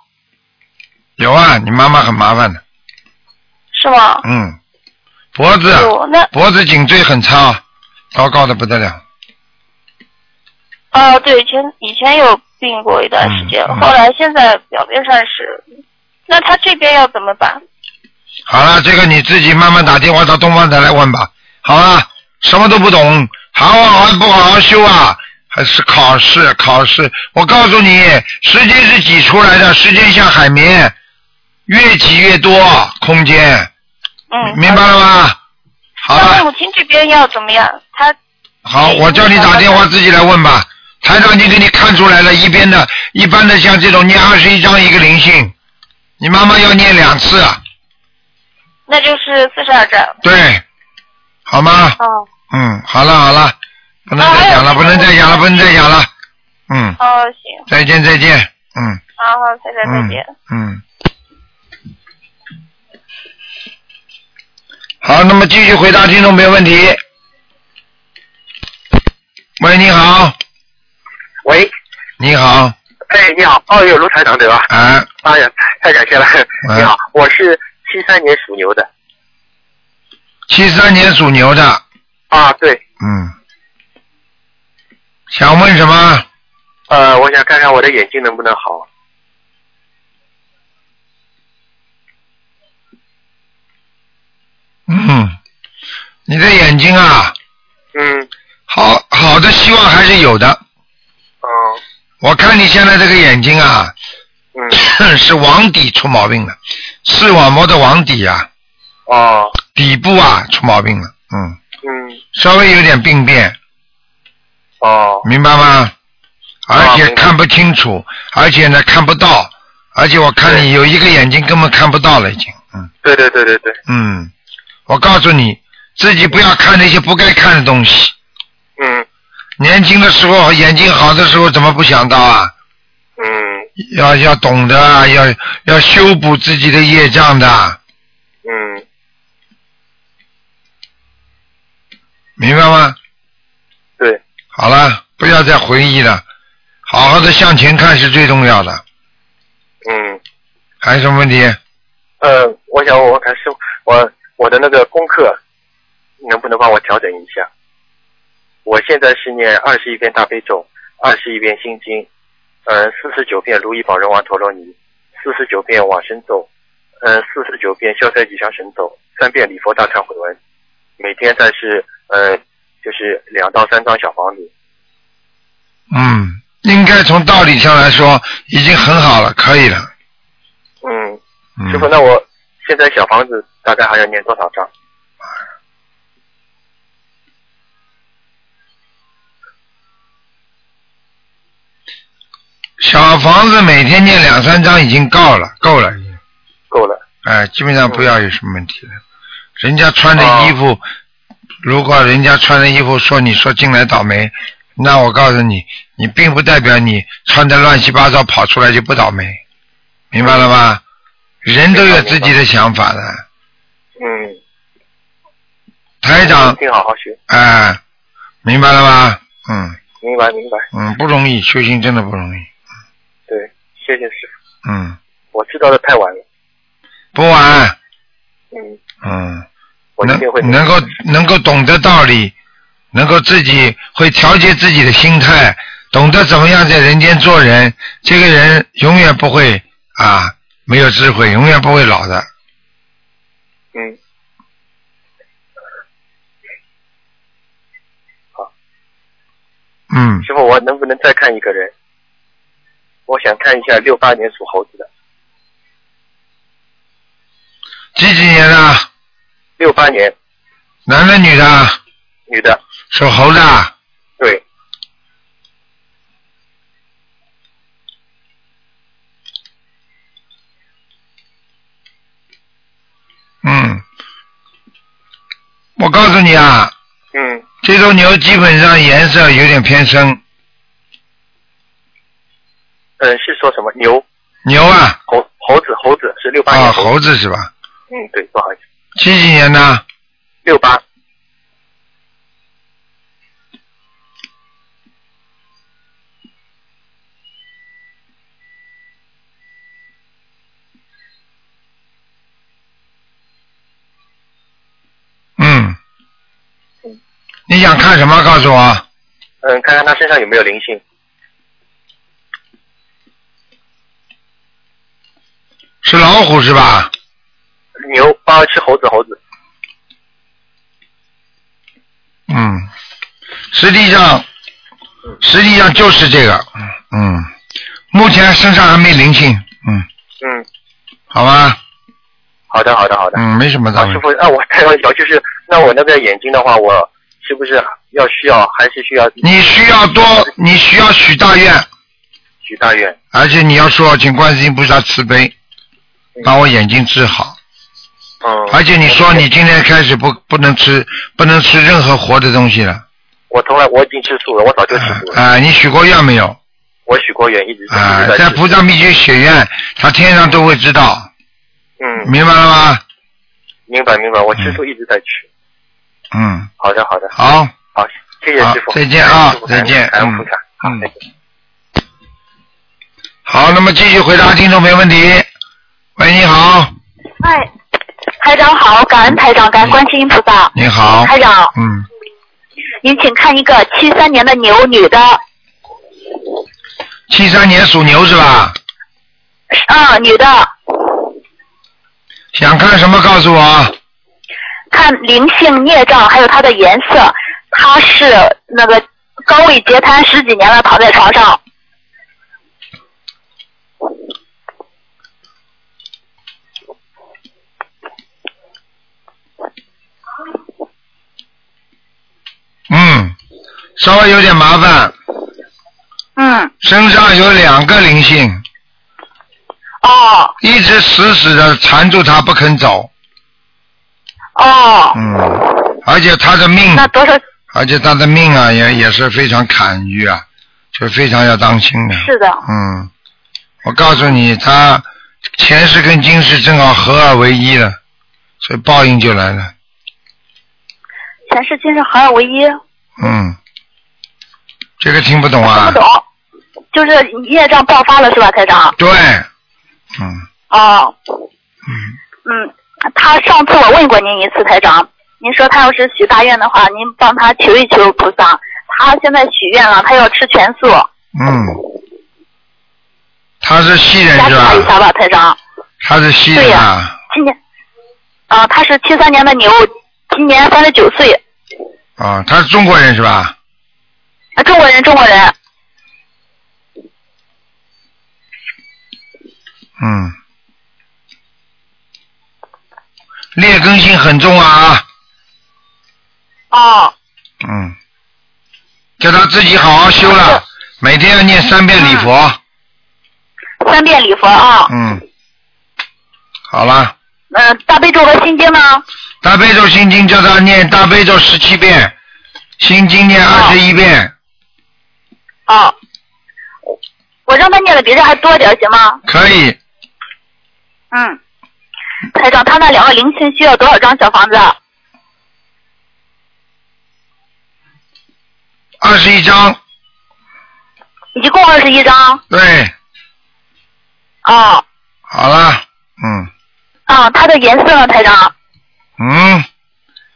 Speaker 1: 有啊，你妈妈很麻烦的。
Speaker 5: 是吗？
Speaker 1: 嗯，脖子啊
Speaker 5: 有、那
Speaker 1: 脖子颈椎很差，糟糕的不得了。
Speaker 5: 哦，对，以前以前有病过一段时间，
Speaker 1: 嗯嗯
Speaker 5: 后来现在表面上是，那她这边要怎么办？
Speaker 1: 好了，这个你自己慢慢打电话到东方台来问吧。好了，什么都不懂，好好还不好好修啊？还是考试考试？我告诉你，时间是挤出来的，时间像海绵，越挤越多空间，
Speaker 5: 嗯，
Speaker 1: 明白了吗？好
Speaker 5: 那
Speaker 1: 了
Speaker 5: 父，母亲这边要怎么样？他
Speaker 1: 好，我叫你打电话自己来问吧。台长已经给你看出来了，一边的、一般的像这种念二十一章一个灵性，你妈妈要念两次，啊
Speaker 5: 那就是四十二张。
Speaker 1: 对，好吗？
Speaker 5: 哦
Speaker 1: 嗯，好了好了，不能再讲了，
Speaker 5: 啊还有
Speaker 1: 不能再讲了，不能再讲了。嗯，
Speaker 5: 哦，行，
Speaker 1: 再见再见，嗯
Speaker 5: 好好，再见再
Speaker 1: 嗯
Speaker 5: 见。
Speaker 1: 嗯。好，那么继续回答听众朋友问题。喂，你好，
Speaker 6: 喂，
Speaker 1: 你好，
Speaker 6: 哎，你好，哦哟，卢台长对吧？
Speaker 1: 啊，
Speaker 6: 哎呀，太感谢了。
Speaker 1: 嗯
Speaker 6: 你好，我是七三年属牛的。
Speaker 1: 七三年属牛的，
Speaker 6: 啊，对，
Speaker 1: 嗯，想问什么？
Speaker 6: 呃，我想看看我的眼睛能不能好。
Speaker 1: 嗯，你的眼睛啊，
Speaker 6: 嗯，
Speaker 1: 好好的希望还是有的。
Speaker 6: 哦、
Speaker 1: 我看你现在这个眼睛啊，
Speaker 6: 嗯，
Speaker 1: 是网底出毛病了，视网膜的网底啊，
Speaker 6: 哦，
Speaker 1: 底部啊出毛病了，嗯，
Speaker 6: 嗯，
Speaker 1: 稍微有点病变，
Speaker 6: 哦，
Speaker 1: 明白吗？而且
Speaker 6: 啊明白
Speaker 1: 看不清楚，而且呢看不到，而且我看你有一个眼睛根本看不到了，已经，嗯
Speaker 6: 对对对对对，
Speaker 1: 嗯，我告诉你，自己不要看那些不该看的东西。
Speaker 6: 嗯
Speaker 1: 年轻的时候，眼睛好的时候，怎么不想到啊？
Speaker 6: 嗯
Speaker 1: 要要懂得啊，要要修补自己的业障的，啊
Speaker 6: 嗯，
Speaker 1: 明白吗？
Speaker 6: 对，
Speaker 1: 好了，不要再回忆了，好好的向前看是最重要的。
Speaker 6: 嗯，
Speaker 1: 还有什么问题？
Speaker 6: 呃，我想我看是我我的那个功课能不能帮我调整一下？我现在是念二十一遍大悲咒，二十一遍心经，呃，四十九遍如意宝人王陀罗尼，四十九遍往生咒，呃，四十九遍消灾吉祥神咒，三遍礼佛大忏悔文，每天再是呃就是两到三张小房子。
Speaker 1: 嗯，应该从道理上来说已经很好了，可以了。
Speaker 6: 嗯，师傅，
Speaker 1: 嗯，
Speaker 6: 那我现在小房子大概还要念多少张？
Speaker 1: 小房子每天念两三张已经够了，够了。
Speaker 6: 够了。
Speaker 1: 哎，基本上不要有什么问题了。人家穿的衣服，如果人家穿的衣服说你说进来倒霉，那我告诉你，你并不代表你穿的乱七八糟跑出来就不倒霉，明白了吧？人都有自己的想法的。
Speaker 6: 嗯，
Speaker 1: 台长，
Speaker 6: 挺好好学，
Speaker 1: 哎、明白了吧？嗯
Speaker 6: 明白明白。
Speaker 1: 嗯，不容易，修行真的不容易。
Speaker 6: 对，谢谢师傅，
Speaker 1: 嗯，
Speaker 6: 我知道的太晚了。
Speaker 1: 不晚，
Speaker 6: 嗯，
Speaker 1: 嗯，
Speaker 6: 我一
Speaker 1: 能
Speaker 6: 定会努力
Speaker 1: 能够能够懂得道理，能够自己会调节自己的心态，懂得怎么样在人间做人，这个人永远不会啊没有智慧，永远不会老的。
Speaker 6: 嗯。
Speaker 1: 嗯，
Speaker 6: 师傅，我能不能再看一个人？我想看一下六八年属猴子的，
Speaker 1: 几几年的？
Speaker 6: 六八年
Speaker 1: 男的女的？
Speaker 6: 女的，
Speaker 1: 属猴的。
Speaker 6: 对，
Speaker 1: 嗯，我告诉你啊，
Speaker 6: 嗯，
Speaker 1: 这头牛基本上颜色有点偏深，
Speaker 6: 嗯，是说什么牛
Speaker 1: 牛啊，
Speaker 6: 猴猴子猴子是六八
Speaker 1: 啊、
Speaker 6: 年猴子，
Speaker 1: 猴子是吧？
Speaker 6: 嗯，对，不好意思，
Speaker 1: 七几年的？
Speaker 6: 六八，
Speaker 1: 嗯。你想看什么？告诉我。
Speaker 6: 嗯，看看他身上有没有灵性，
Speaker 1: 是老虎是吧？
Speaker 6: 牛八八二七猴子猴子。
Speaker 1: 嗯，实际上，实际上就是这个，嗯，目前身上还没灵性，嗯，
Speaker 6: 嗯，
Speaker 1: 好吧，
Speaker 6: 好的好的好的。
Speaker 1: 嗯，没什么大
Speaker 6: 啊，
Speaker 1: 问
Speaker 6: 师
Speaker 1: 题。
Speaker 6: 傅，那我再问一条，就是那我那个眼睛的话，我是不是要需要还是需要
Speaker 1: 你需要多，你需要许大愿，
Speaker 6: 许大愿？
Speaker 1: 而且你要说，请观世音菩萨慈悲，把我眼睛治好。
Speaker 6: 嗯。
Speaker 1: 而且你说你今天开始不不能吃不能吃任何活的东西了，
Speaker 6: 我从来我已经吃素了，我早就吃素了，
Speaker 1: 啊、你许过愿没有？
Speaker 6: 我许过愿，一直一直
Speaker 1: 啊、
Speaker 6: 呃在
Speaker 1: 在
Speaker 6: 吃。
Speaker 1: 菩萨密集学院，他天上都会知道，
Speaker 6: 嗯，
Speaker 1: 明白了吗？
Speaker 6: 明白明白，我吃素一直在吃。
Speaker 1: 嗯，
Speaker 6: 好的好的，
Speaker 1: 好，
Speaker 6: 好，谢谢
Speaker 1: 好
Speaker 6: 师傅，
Speaker 1: 再见啊
Speaker 6: 师傅感恩
Speaker 1: 再见
Speaker 6: 感恩
Speaker 1: 嗯
Speaker 6: 菩萨，好
Speaker 1: 嗯
Speaker 6: 再见。
Speaker 1: 好，那么继续回答听众朋友问题。喂，你好，
Speaker 5: 哎，台长好，感恩台长，感恩观世音菩萨。
Speaker 1: 你好，
Speaker 5: 台长，
Speaker 1: 嗯，
Speaker 5: 您请看一个七三年的牛女的，
Speaker 1: 七三年属牛是吧？
Speaker 5: 嗯，女的，
Speaker 1: 想看什么告诉我？
Speaker 5: 看灵性孽障，还有她的颜色，她是那个高位截瘫十几年了，躺在床上。
Speaker 1: 嗯，稍微有点麻烦，
Speaker 5: 嗯，
Speaker 1: 身上有两个灵性，
Speaker 5: 哦
Speaker 1: 一直死死的缠住他不肯走，
Speaker 5: 哦，
Speaker 1: 嗯，而且他的命，
Speaker 5: 那多少
Speaker 1: 而且他的命啊也也是非常坎坷啊，就非常要当心的。
Speaker 5: 是的？
Speaker 1: 嗯，我告诉你，他前世跟今世正好合二为一了，所以报应就来了。
Speaker 5: 前世今世合二为一，
Speaker 1: 嗯，这个听不懂
Speaker 5: 听
Speaker 1: 啊？
Speaker 5: 不懂，就是业障爆发了是吧，台长？
Speaker 1: 对，嗯
Speaker 5: 哦，
Speaker 1: 嗯，
Speaker 5: 嗯，他上次我问过您一次，台长，您说他要是许大愿的话，您帮他求一求菩萨。他现在许愿了，他要吃全素，
Speaker 1: 嗯，他是西人
Speaker 5: 加
Speaker 1: 哎是
Speaker 5: 持他一
Speaker 1: 吧？
Speaker 5: 下吧，台长。
Speaker 1: 他是西人
Speaker 5: 对
Speaker 1: 啊
Speaker 5: 呀。今年，啊、他是七三年的牛，今年三十九岁，
Speaker 1: 啊，他是中国人是吧？
Speaker 5: 啊，中国人，中国人。
Speaker 1: 嗯，劣根性很重啊。
Speaker 5: 哦，
Speaker 1: 嗯，叫他自己好好修了，每天要念三遍礼佛。
Speaker 5: 三遍礼佛啊，
Speaker 1: 嗯，好了，
Speaker 5: 嗯、大悲咒和心经呢？
Speaker 1: 大悲咒心经叫他念大悲咒十七遍，心经念二十一遍，
Speaker 5: 哦，我我让他念的比这还多点儿，行吗？
Speaker 1: 可以。
Speaker 5: 嗯，台长，他那两个灵性需要多少张小房子？
Speaker 1: 二十一章，
Speaker 5: 一共二十一张。
Speaker 1: 对，
Speaker 5: 哦，
Speaker 1: 好了，嗯
Speaker 5: 啊，它的颜色呢，台长？
Speaker 1: 嗯，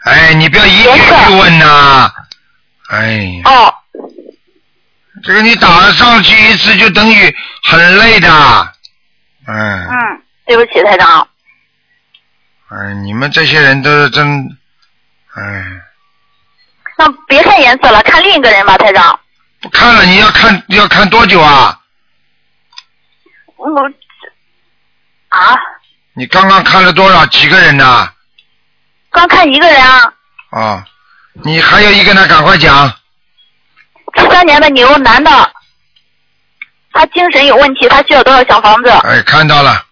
Speaker 1: 哎，你不要一句一句问呐、哎呀，
Speaker 5: 哦，
Speaker 1: 这个你打上去一次就等于很累的，嗯，
Speaker 5: 嗯，对不起，台长。
Speaker 1: 哎，你们这些人都是真，哎，
Speaker 5: 那别看颜色了，看另一个人吧，台长。
Speaker 1: 不看了，你要看要看多久啊？
Speaker 5: 我啊，
Speaker 1: 你刚刚看了多少几个人呐、
Speaker 5: 光看一个人啊。
Speaker 1: 啊，你还有一个呢，赶快讲。
Speaker 5: 七三年的牛，男的，他精神有问题，他需要多少小房子？
Speaker 1: 哎，看到了，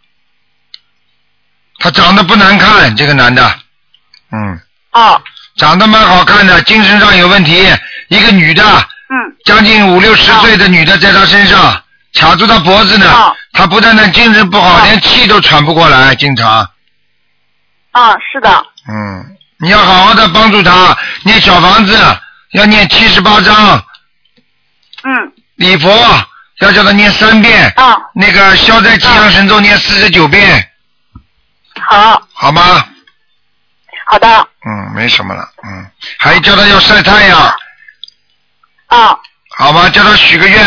Speaker 1: 他长得不难看，这个男的，嗯，
Speaker 5: 哦，
Speaker 1: 长得蛮好看的，精神上有问题。一个女的，
Speaker 5: 嗯，
Speaker 1: 将近五六十岁的女的，在他身上卡住他脖子呢
Speaker 5: 哦。
Speaker 1: 他不但呢精神不好，
Speaker 5: 哦
Speaker 1: 连气都喘不过来，经常。
Speaker 5: 啊，是的，
Speaker 1: 嗯，你要好好的帮助他，念小房子，要念七十八章，
Speaker 5: 嗯，
Speaker 1: 礼佛要叫他念三遍。
Speaker 5: 啊，
Speaker 1: 那个消灾吉祥神咒念四十九遍，
Speaker 5: 好，
Speaker 1: 好吗？
Speaker 5: 好的，
Speaker 1: 嗯，没什么了，嗯，还叫他要晒太阳，
Speaker 5: 啊，
Speaker 1: 好吗？叫他许个愿，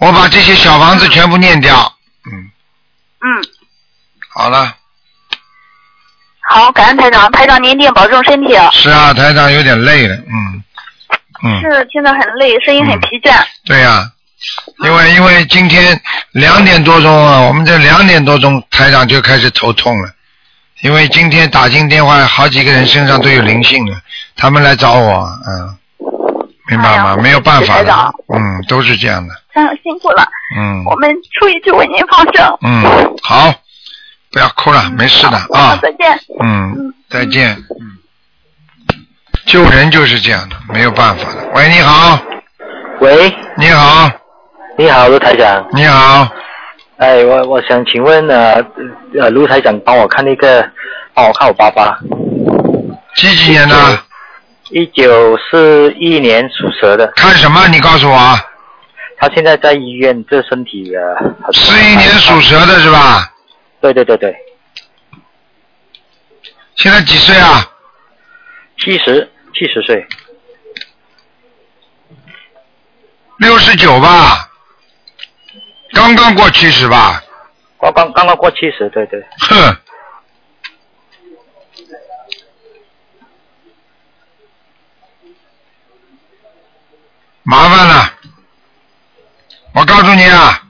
Speaker 1: 我把这些小房子全部念掉，嗯，
Speaker 5: 嗯，
Speaker 1: 好了，
Speaker 5: 好，
Speaker 7: 好，感恩台长，台长您一定保重身体啊。
Speaker 1: 是啊，台长有点累了，嗯，嗯，
Speaker 7: 是，现在很累，声音很疲倦。
Speaker 5: 嗯
Speaker 1: 对呀、因为因为今天两点多钟啊，我们这两点多钟台长就开始头痛了，因为今天打进电话，好几个人身上都有灵性了，他们来找我，嗯，明白吗？
Speaker 7: 哎呀
Speaker 1: 没有办法
Speaker 7: 谢谢台
Speaker 1: 的
Speaker 7: 长，
Speaker 1: 嗯，都是这样的，
Speaker 7: 台长辛苦了，
Speaker 1: 嗯
Speaker 7: 我们初一去为您放生。
Speaker 1: 嗯，好，不要哭了，没事的
Speaker 7: 嗯好
Speaker 1: 啊，
Speaker 7: 再见。
Speaker 1: 嗯，再见，嗯，救人就是这样的，没有办法的。喂，你好，
Speaker 8: 喂，
Speaker 1: 你好，
Speaker 8: 你好，卢台长。
Speaker 1: 你好，
Speaker 8: 哎，我我想请问呃呃，卢台长帮我看一个，帮我看我爸爸，
Speaker 1: 几几年的？
Speaker 8: 一九四一年属蛇的，
Speaker 1: 看什么？你告诉我啊，
Speaker 8: 他现在在医院，这身体呃。好
Speaker 1: 四一年属。蛇的是吧？
Speaker 8: 对对对对，
Speaker 1: 现在几岁啊？
Speaker 8: 七十七十岁，
Speaker 1: 六十九吧，刚刚过七十吧。
Speaker 8: 刚刚刚刚过七十，对对。
Speaker 1: 哼，麻烦了。我告诉你啊，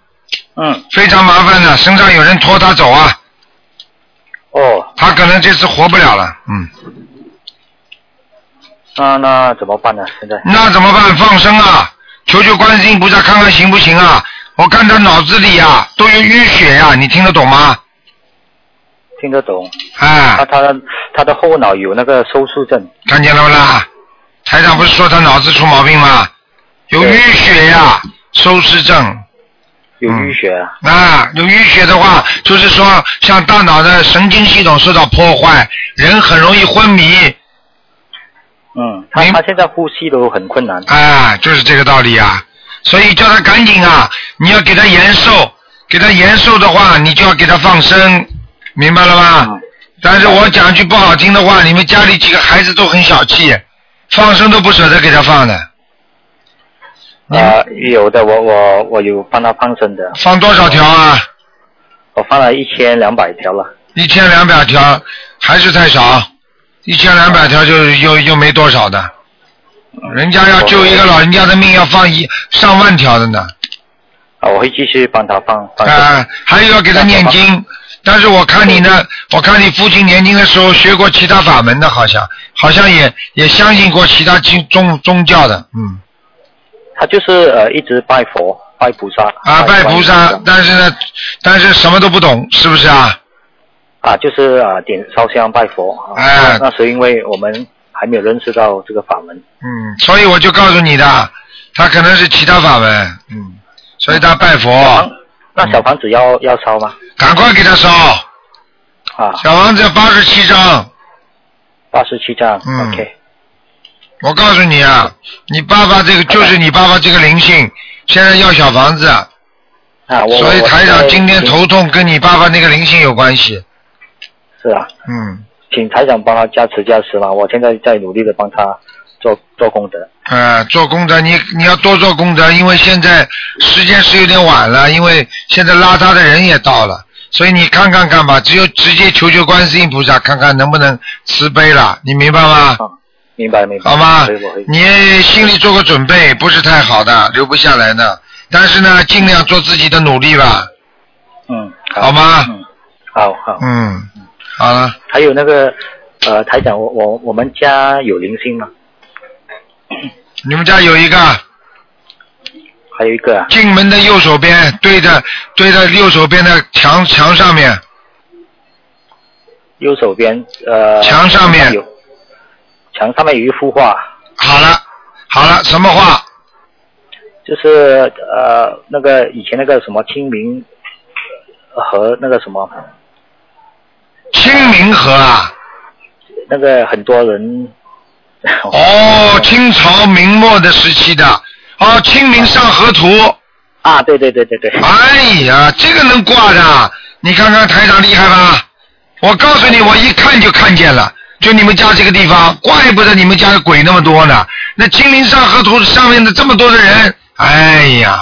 Speaker 8: 嗯，
Speaker 1: 非常麻烦的，身上有人拖他走啊，
Speaker 8: 哦，
Speaker 1: 他可能这次活不了了。嗯，
Speaker 8: 那那怎么办呢？现在？
Speaker 1: 那怎么办？放生啊，求求观世音菩萨看看行不行啊？我看他脑子里啊都有淤血呀、你听得懂吗？
Speaker 8: 听得懂，他
Speaker 1: 哎，
Speaker 8: 他的他的后脑有那个收缩症，
Speaker 1: 看见了不啦？台长不是说他脑子出毛病吗？有
Speaker 8: 对
Speaker 1: 淤血呀、收湿症，
Speaker 8: 有
Speaker 1: 嗯
Speaker 8: 淤血啊。
Speaker 1: 啊，有淤血的话，就是说像大脑的神经系统受到破坏，人很容易昏迷，
Speaker 8: 嗯，他
Speaker 1: 明
Speaker 8: 他现在呼吸都很困难。
Speaker 1: 啊，就是这个道理啊。所以叫他赶紧啊，你要给他延寿，给他延寿的话，你就要给他放生，明白了吗
Speaker 8: 嗯？
Speaker 1: 但是我讲句不好听的话，你们家里几个孩子都很小气，放生都不舍得给他放的。你
Speaker 8: 啊、有的，我我我有帮他放生的，
Speaker 1: 放多少条啊？
Speaker 8: 我放了一千两百条了。
Speaker 1: 一千两百条还是太少，一千两百条就又又没多少的，人家要救一个老人家的命要放一上万条的呢，
Speaker 8: 啊，我会继续帮他放
Speaker 1: 啊、
Speaker 8: 放生。
Speaker 1: 还有要给他念经。但是我看你呢，我看你父亲年轻的时候学过其他法门的，好像好像也也相信过其他宗宗宗教的，嗯
Speaker 8: 他就是呃一直拜佛、拜菩萨。
Speaker 1: 啊拜菩萨
Speaker 8: 观，音
Speaker 1: 但是呢，但是什么都不懂，是不是啊？
Speaker 8: 啊，就是啊、呃点烧香拜佛。啊
Speaker 1: 哎
Speaker 8: 那那是因为我们还没有认识到这个法门。
Speaker 1: 嗯，所以我就告诉你的，他可能是其他法门，嗯，所以他拜佛。
Speaker 8: 房那小房子要、要烧吗？
Speaker 1: 赶快给他烧，
Speaker 8: 啊，
Speaker 1: 小王子八十七章。
Speaker 8: 八十七张。
Speaker 1: 嗯
Speaker 8: OK。
Speaker 1: 我告诉你啊，你爸爸这个就是你爸爸这个灵性，现在要小房子，
Speaker 8: 啊，我
Speaker 1: 所以
Speaker 8: 我
Speaker 1: 台
Speaker 8: 我现
Speaker 1: 长
Speaker 8: 在
Speaker 1: 今天头痛跟你爸爸那个灵性有关系。
Speaker 8: 是啊，
Speaker 1: 嗯，
Speaker 8: 请台长帮他加持加持嘛，我现在在努力的帮他做做功德。
Speaker 1: 呃，做功德你你要多做功德，因为现在时间是有点晚了，因为现在拉他的人也到了，所以你看看看吧，只有直接求求观世音菩萨，看看能不能慈悲了，你明白吗？
Speaker 8: 啊，明白明白。
Speaker 1: 好吗
Speaker 8: 所以我会？
Speaker 1: 你心里做个准备，不是太好的，留不下来的。但是呢，尽量做自己的努力吧，
Speaker 8: 嗯，
Speaker 1: 好吗？
Speaker 8: 嗯，好好。
Speaker 1: 嗯，好了，
Speaker 8: 还有那个呃，台长，我我我们家有零星吗？
Speaker 1: 你们家有一个
Speaker 8: 还有一个啊，
Speaker 1: 进门的右手边，对着对着右手边的墙墙上面，
Speaker 8: 右手边呃，
Speaker 1: 墙上面
Speaker 8: 有，墙上面有一幅画，
Speaker 1: 好了，好了，什么话？
Speaker 8: 就是呃那个以前那个什么清明和那个什么
Speaker 1: 清明河啊，
Speaker 8: 那个很多人。
Speaker 1: 哦，清朝明末的时期的，哦，清明上河图。
Speaker 8: 啊，对对对对对，
Speaker 1: 哎呀，这个能挂的，啊你看看台长厉害吧？我告诉你，我一看就看见了，就你们家这个地方，怪不得你们家的鬼那么多呢。那金陵上河图上面的这么多的人，哎呀，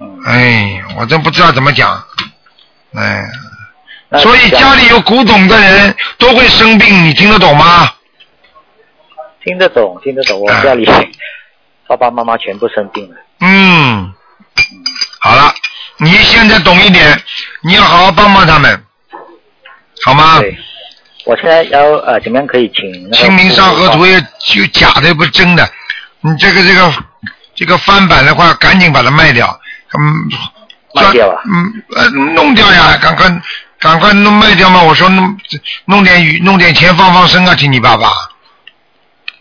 Speaker 8: 嗯
Speaker 1: 啊哎，我真不知道怎么讲，哎，
Speaker 8: 那
Speaker 1: 所以家里有古董的人都会生病，你听得懂吗？
Speaker 8: 听得懂，听得懂。
Speaker 1: 啊
Speaker 8: 我家里 爸爸妈妈全部生病了。
Speaker 1: 嗯，好了，你现在懂一点，你要好好帮帮他们，好吗？
Speaker 8: 对，我现在要呃，怎么样可以请那个
Speaker 1: 啊清明上河图也就假的，又不是真的。你这个这个这个翻版的话，赶紧把它卖掉。嗯，
Speaker 8: 卖掉啊？
Speaker 1: 嗯，呃，弄掉呀，赶快赶快弄卖掉嘛！我说弄弄点鱼，弄点钱放放生啊，请你爸爸。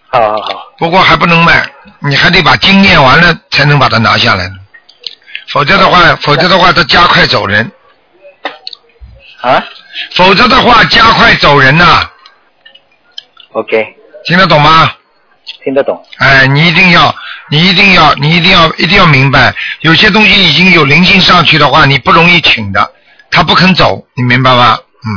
Speaker 8: 好好好，
Speaker 1: 不过还不能卖，你还得把经验完了才能把它拿下来呢。否则的话，否则的话，他加快走人。
Speaker 8: 啊
Speaker 1: 否则的话，加快走人呐、
Speaker 8: ，OK，
Speaker 1: 听得懂吗？
Speaker 8: 听得懂。
Speaker 1: 哎，你一定要，你一定要，你一定要，一定要明白，有些东西已经有灵性上去的话，你不容易请的，他不肯走，你明白吗？嗯，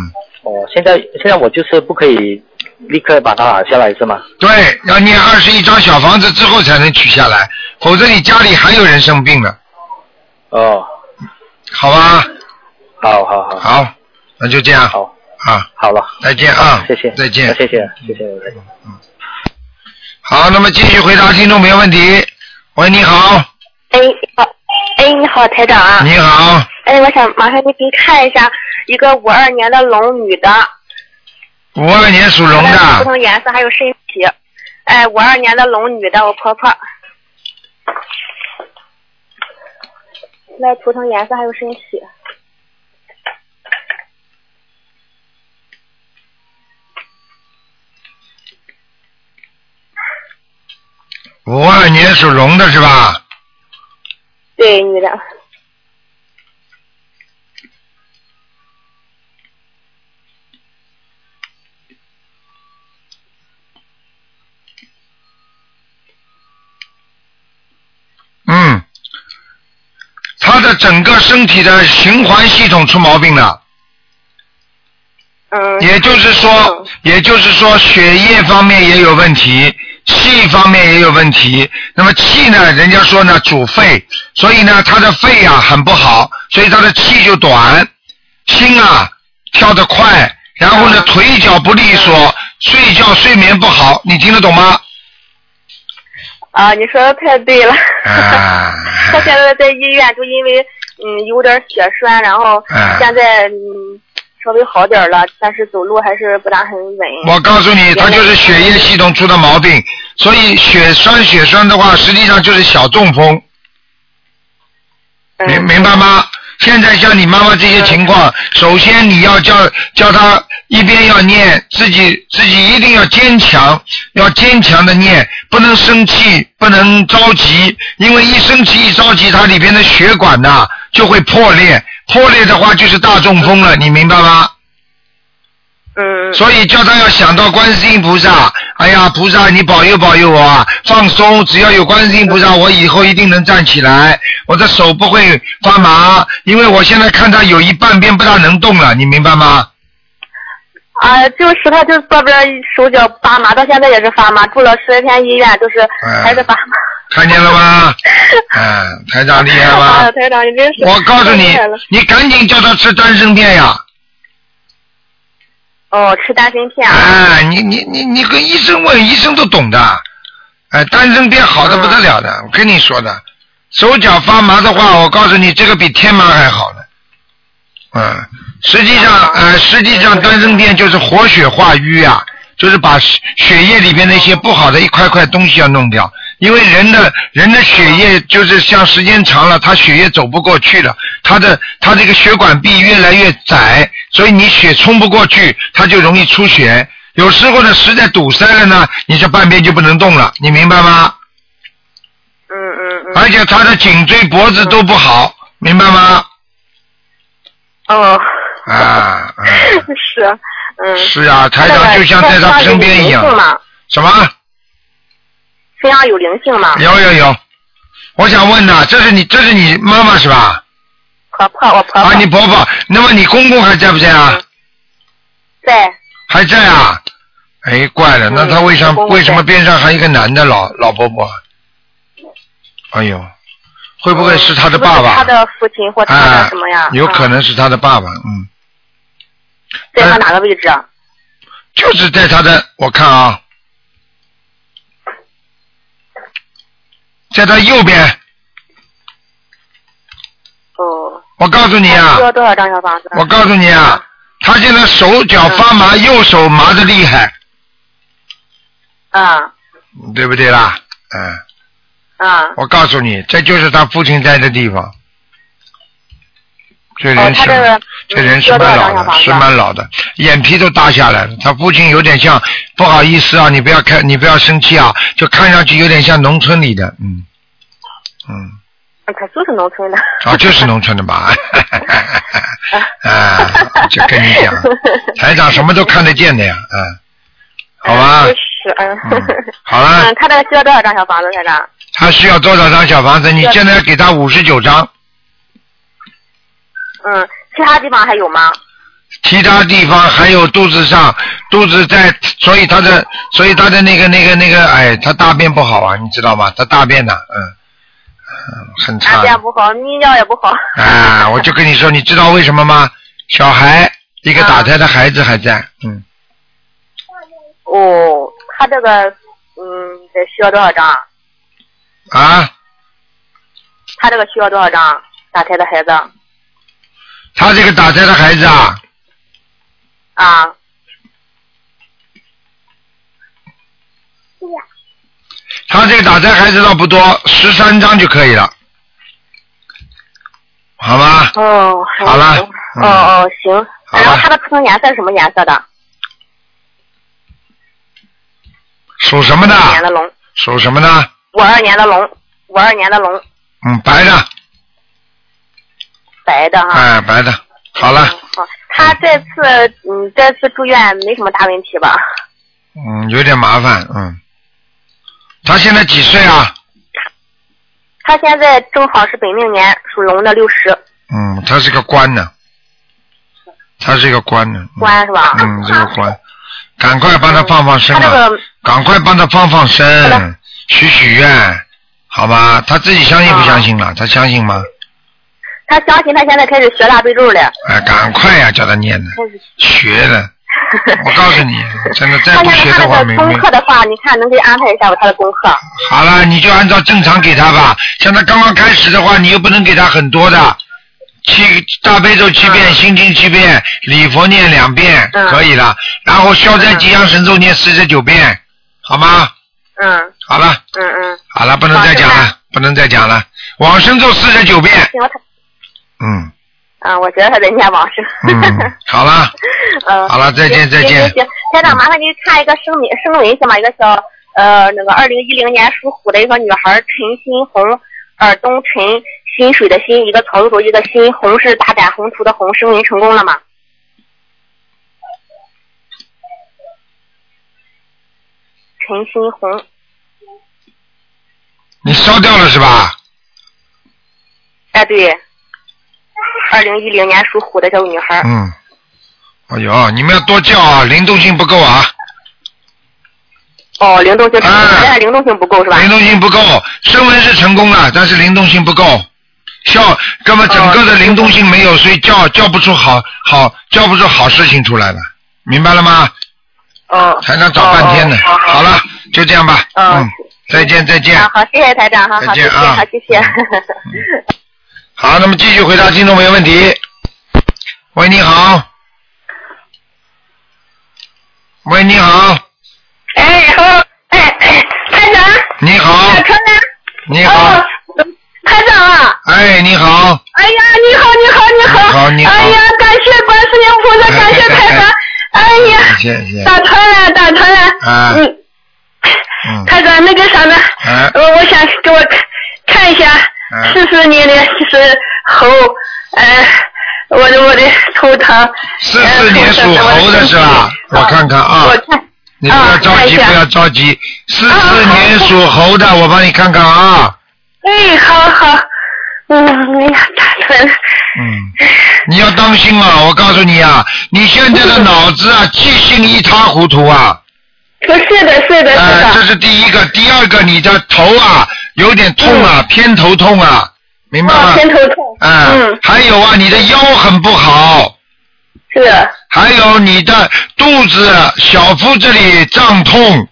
Speaker 8: 哦，现在现在我就是不可以立刻把它拿下来是吗？
Speaker 1: 对，要念二十一张小房子之后才能取下来，否则你家里还有人生病了，
Speaker 8: 哦，
Speaker 1: 好吧？
Speaker 8: 好好好，
Speaker 1: 好，那就这样，
Speaker 8: 好，
Speaker 1: 啊，
Speaker 8: 好了，
Speaker 1: 再见啊，
Speaker 8: 谢谢，
Speaker 1: 再见
Speaker 8: 啊，谢谢，谢谢，谢谢
Speaker 1: 好，那么继续回答听众朋友问题。喂，你好，
Speaker 2: 哎，好，哎，你好，台长啊。
Speaker 1: 你好，
Speaker 2: 哎，我想麻烦您您看一下一个五二年的龙女的，
Speaker 1: 五二年属龙
Speaker 2: 她不
Speaker 1: 的，
Speaker 2: 同颜色还有身体。哎，五二年的龙女的，我婆婆。那图腾颜色还有身体，
Speaker 1: 五二年属龙的是吧？
Speaker 2: 对，女的，
Speaker 1: 嗯，他的整个身体的循环系统出毛病了，
Speaker 2: 嗯，
Speaker 1: 也就是说，也就是说血液方面也有问题，气方面也有问题。那么气呢，人家说呢主肺，所以呢他的肺啊很不好，所以他的气就短，心啊跳得快，然后
Speaker 2: 嗯
Speaker 1: 呢腿脚不利索，睡觉睡眠不好，你听得懂 吗？
Speaker 2: 啊，你说的太对了。
Speaker 1: 啊，
Speaker 2: 她现在在医院，就因为嗯有点血栓，然后
Speaker 1: 哎
Speaker 2: 现在嗯稍微好点儿了，但是走路还是不大很稳。
Speaker 1: 我告诉你，他就是血液系统出的毛病，所以血栓血栓的话，实际上就是小中风，明
Speaker 2: 嗯
Speaker 1: 明白吗？现在像你妈妈这些情况，首先你要叫叫她一边要念自己自己一定要坚强，要坚强的念，不能生气，不能着急，因为一生气一着急，它里边的血管呐、就会破裂，破裂的话就是大中风了，你明白吗？
Speaker 2: 嗯
Speaker 1: 所以叫他要想到观世音菩萨，哎呀，菩萨你保佑保佑我啊！放松，只要有观世音菩萨，
Speaker 2: 嗯
Speaker 1: 我以后一定能站起来，我的手不会发麻，因为我现在看他有一半边不大能动了，你明白吗？
Speaker 2: 啊，就是她就坐边手脚发麻，到现在也是发麻，住了十来天医院，就是
Speaker 1: 哎
Speaker 2: 还是发麻。
Speaker 1: 看见了 吗？嗯，台长厉害
Speaker 2: 哎
Speaker 1: 吧
Speaker 2: 呀，？台长，你真是
Speaker 1: 我告诉
Speaker 2: 太
Speaker 1: 你
Speaker 2: 厉害了，
Speaker 1: 你赶紧叫他吃丹参片呀！
Speaker 2: 哦，吃丹参片啊，
Speaker 1: 哎，你你你你跟医生问，医生都懂的。哎，丹参片好的不得了的，我跟你说的，手脚发麻的话，我告诉你，这个比天麻还好呢。嗯，实际上，呃，实际上丹参片就是活血化瘀啊，就是把血血液里边那些不好的一块块东西要弄掉，因为人的人的血液就是像时间长了，他血液走不过去了，他的他这个血管壁越来越窄，所以你血冲不过去，他就容易出血。有时候呢，实在堵塞了呢，你这半边就不能动了，你明白吗？
Speaker 2: 嗯嗯嗯，
Speaker 1: 而且他的颈椎、脖子都不好，明白吗？哎
Speaker 2: 哦，
Speaker 1: 啊，嗯
Speaker 2: 是，嗯，
Speaker 1: 是啊，台
Speaker 2: 那
Speaker 1: 长
Speaker 2: 个
Speaker 1: 就像在他身边一
Speaker 2: 身上有灵性
Speaker 1: 样。
Speaker 2: 吗？
Speaker 1: 什
Speaker 2: 啊
Speaker 1: 么？
Speaker 2: 身上有灵性吗？
Speaker 1: 有有有，我想问呐、这是你这是你妈妈是吧？
Speaker 2: 婆婆，我婆婆
Speaker 1: 啊，你婆婆，那么你公公还在不在啊？
Speaker 2: 嗯在。
Speaker 1: 还在啊？哎，怪了，那他为啥
Speaker 2: 嗯公公在
Speaker 1: 为什么边上还有一个男的老老伯伯啊？哎呦，会不会是他的爸
Speaker 2: 是不是
Speaker 1: 爸？
Speaker 2: 他的父亲或他
Speaker 1: 啊
Speaker 2: 的什么呀？
Speaker 1: 有可
Speaker 2: 啊。
Speaker 1: 能是他的爸爸，嗯。
Speaker 5: 在他哪个位置啊？
Speaker 1: 就是在他的，我看啊，在他右边。
Speaker 5: 哦。
Speaker 1: 我告诉你啊
Speaker 5: 需，要多少张小房子？
Speaker 1: 我告诉你
Speaker 5: 嗯
Speaker 1: 啊，他现在手脚发麻，右手麻的厉害，
Speaker 5: 啊
Speaker 1: 对不对啦？嗯，
Speaker 5: 啊。
Speaker 1: 我告诉你，这就是他父亲在的地方。这
Speaker 5: 哦
Speaker 1: 人，
Speaker 5: 他
Speaker 1: 是、
Speaker 5: 这个
Speaker 1: 这人
Speaker 5: 嗯
Speaker 1: 是
Speaker 5: 需要多
Speaker 1: 蛮老
Speaker 5: 少张
Speaker 1: 的，
Speaker 2: 啊
Speaker 5: 小房
Speaker 1: 是
Speaker 5: 子？
Speaker 1: 蛮老的，眼皮都耷下来了。他父亲有点像，不好意思啊，你不要看，你不要生气啊，就看上去有点像农村里的，嗯，嗯，
Speaker 5: 他就是农村的。
Speaker 1: 啊，就是农村的 吧，啊，就跟你 讲，台长什么都看得见的呀，嗯，好吧
Speaker 5: 就，是嗯。
Speaker 1: 嗯好了
Speaker 5: 嗯，，他这个需要多少张小房子，台长？
Speaker 1: 他需要多少张小房子？你现在给他五十九张，
Speaker 5: 嗯，其他地方还有吗？
Speaker 1: 其他地方还有肚子上，肚子在，所以他的，所以他的那个那个那个，哎，他大便不好啊，你知道吗？他大便呐、嗯，嗯，很
Speaker 5: 大
Speaker 1: 差
Speaker 5: 便不好，泌尿也不好。
Speaker 1: 啊！我就跟你说，你知道为什么吗？小孩一个打胎的孩子还在，嗯，
Speaker 5: 哦，他这个嗯，得需要多少张？
Speaker 1: 啊，
Speaker 5: 他这个需要多少张？打胎的孩子
Speaker 1: 他这个打胎的孩子啊，
Speaker 5: 啊，
Speaker 1: 他这个打胎孩子倒不多，十三张就可以了，好吗？
Speaker 5: 哦，
Speaker 1: 好了
Speaker 5: 行
Speaker 1: 嗯
Speaker 5: 哦哦，行。
Speaker 1: 好了
Speaker 5: 然后他的图腾颜色是什么颜色的？
Speaker 1: 属什么的？
Speaker 5: 五年的龙，
Speaker 1: 属什么的？
Speaker 5: 五二年的龙，五二年的龙，
Speaker 1: 嗯，白的，
Speaker 5: 啊白的哈。
Speaker 1: 哎，白的。好了，
Speaker 5: 嗯好，他这次嗯，这次住院没什么大问题吧？
Speaker 1: 嗯，有点麻烦，嗯。他现在几岁啊？
Speaker 5: 他现在正好是本命年，属龙的六十
Speaker 1: 嗯，他是个官呢，他是个官呢。嗯
Speaker 5: 官是啊吧？
Speaker 1: 嗯，这个官，赶快帮他放放生
Speaker 5: 他这
Speaker 1: 啊！
Speaker 5: 个
Speaker 1: 赶快帮他放放
Speaker 5: 好
Speaker 1: 生
Speaker 5: 的，
Speaker 1: 许许愿，好吧？他自己相信不相信了？他相信吗？
Speaker 5: 他相信他现在开始学大悲咒了。
Speaker 1: 哎，赶快呀、叫他念呢，学了。我告诉你， 真的再
Speaker 5: 他
Speaker 1: 不
Speaker 5: 现
Speaker 1: 学
Speaker 5: 在
Speaker 1: 的话
Speaker 5: 他
Speaker 1: 没
Speaker 5: 的
Speaker 1: 命
Speaker 5: 功。课的话，你看能给安排一下吧，他的功课。
Speaker 1: 好了，你就按照正常给他吧。像他刚刚开始的话，你又不能给他很多的，七大悲咒七遍，心经七遍，礼佛念两遍，
Speaker 5: 嗯
Speaker 1: 可以了。然后消灾吉祥神咒念四十九遍，好吗？
Speaker 5: 嗯
Speaker 1: 好了，
Speaker 5: 嗯嗯，
Speaker 1: 好了，不能再讲
Speaker 5: 好
Speaker 1: 了，不能再讲了。往生咒四十九遍，
Speaker 5: 行，他
Speaker 1: 嗯
Speaker 5: 嗯，我觉得他在念往生。
Speaker 1: 嗯，好了，
Speaker 5: 嗯，
Speaker 1: 好了，再见再
Speaker 5: 行
Speaker 1: 见嗯
Speaker 5: 行。行，台长，麻烦您看一个声明声明行吗？一个小呃那个二零一零年属虎的一个女孩陈新红，耳东陈薪水的薪，一个草字头一个心，红是大展宏图的红，声明成功了吗？陈新红，
Speaker 1: 你烧掉了是吧？
Speaker 5: 哎对，二零一零年属虎的小女孩，
Speaker 1: 嗯，哎呦，你们要多叫啊，灵动性不够啊。
Speaker 5: 哦，灵动性，
Speaker 1: 啊
Speaker 5: 但是灵动性不够是吧？
Speaker 1: 灵动性不够，声纹是成功啊了，但是灵动性不够，笑，那么整个的灵动性
Speaker 5: 哦
Speaker 1: 没有，所以叫叫不出好好叫不出好事情出来了，明白了吗？
Speaker 5: 哦，
Speaker 1: 台长找半天呢，
Speaker 5: 哦哦
Speaker 1: 好了，就这样吧，
Speaker 5: 哦
Speaker 1: 嗯，再见再见。
Speaker 5: 啊，好，谢谢台长哈，
Speaker 1: 再
Speaker 5: 好，谢
Speaker 1: 见
Speaker 5: 谢，
Speaker 1: 啊嗯
Speaker 5: 好，谢谢。
Speaker 1: 好，那么继续回答听众朋友问题。喂，你好。喂，你好，
Speaker 2: 哎，然后哎哎，台长，
Speaker 1: 你好，
Speaker 5: 哎
Speaker 2: 小川呢？
Speaker 1: 你好
Speaker 2: 哦，，台长啊！
Speaker 1: 哎，你好，
Speaker 2: 哎呀，你好，你好，你好！
Speaker 1: 你好你好
Speaker 2: 哎呀，感谢观世音菩萨，感谢 台长！哎呀，
Speaker 1: 谢 谢，
Speaker 2: 打通了，打通了！
Speaker 1: 啊，
Speaker 2: 嗯，
Speaker 1: 嗯，
Speaker 2: 台长，那个啥呢？
Speaker 1: 哎，
Speaker 2: 我我想给我看看一下
Speaker 1: 嗯，
Speaker 2: 四十年的就是猴，呃，我的我呃的头疼。
Speaker 1: 四四年属猴的是吧？我看看啊。
Speaker 2: 我看
Speaker 1: 你不要着急，
Speaker 2: 啊看一下
Speaker 1: 不要着急。四四年属猴的，我帮你看看啊。
Speaker 2: 哎，好好，嗯，哎呀，打疼，
Speaker 1: 嗯，你要当心啊！我告诉你啊，你现在的脑子啊，记性一塌糊涂 啊。
Speaker 9: 哦
Speaker 2: 不是的，是的，是
Speaker 1: 呃，这
Speaker 2: 的，
Speaker 1: 是第一个，第二个，你的头啊有点痛啊，偏头痛啊，明白
Speaker 2: 嗯哦
Speaker 1: 吗？
Speaker 2: 偏头痛，
Speaker 1: 哎、
Speaker 2: 嗯
Speaker 1: 还有啊，你的腰很不好，
Speaker 2: 是的，
Speaker 1: 还有你的肚子、小腹这里胀痛，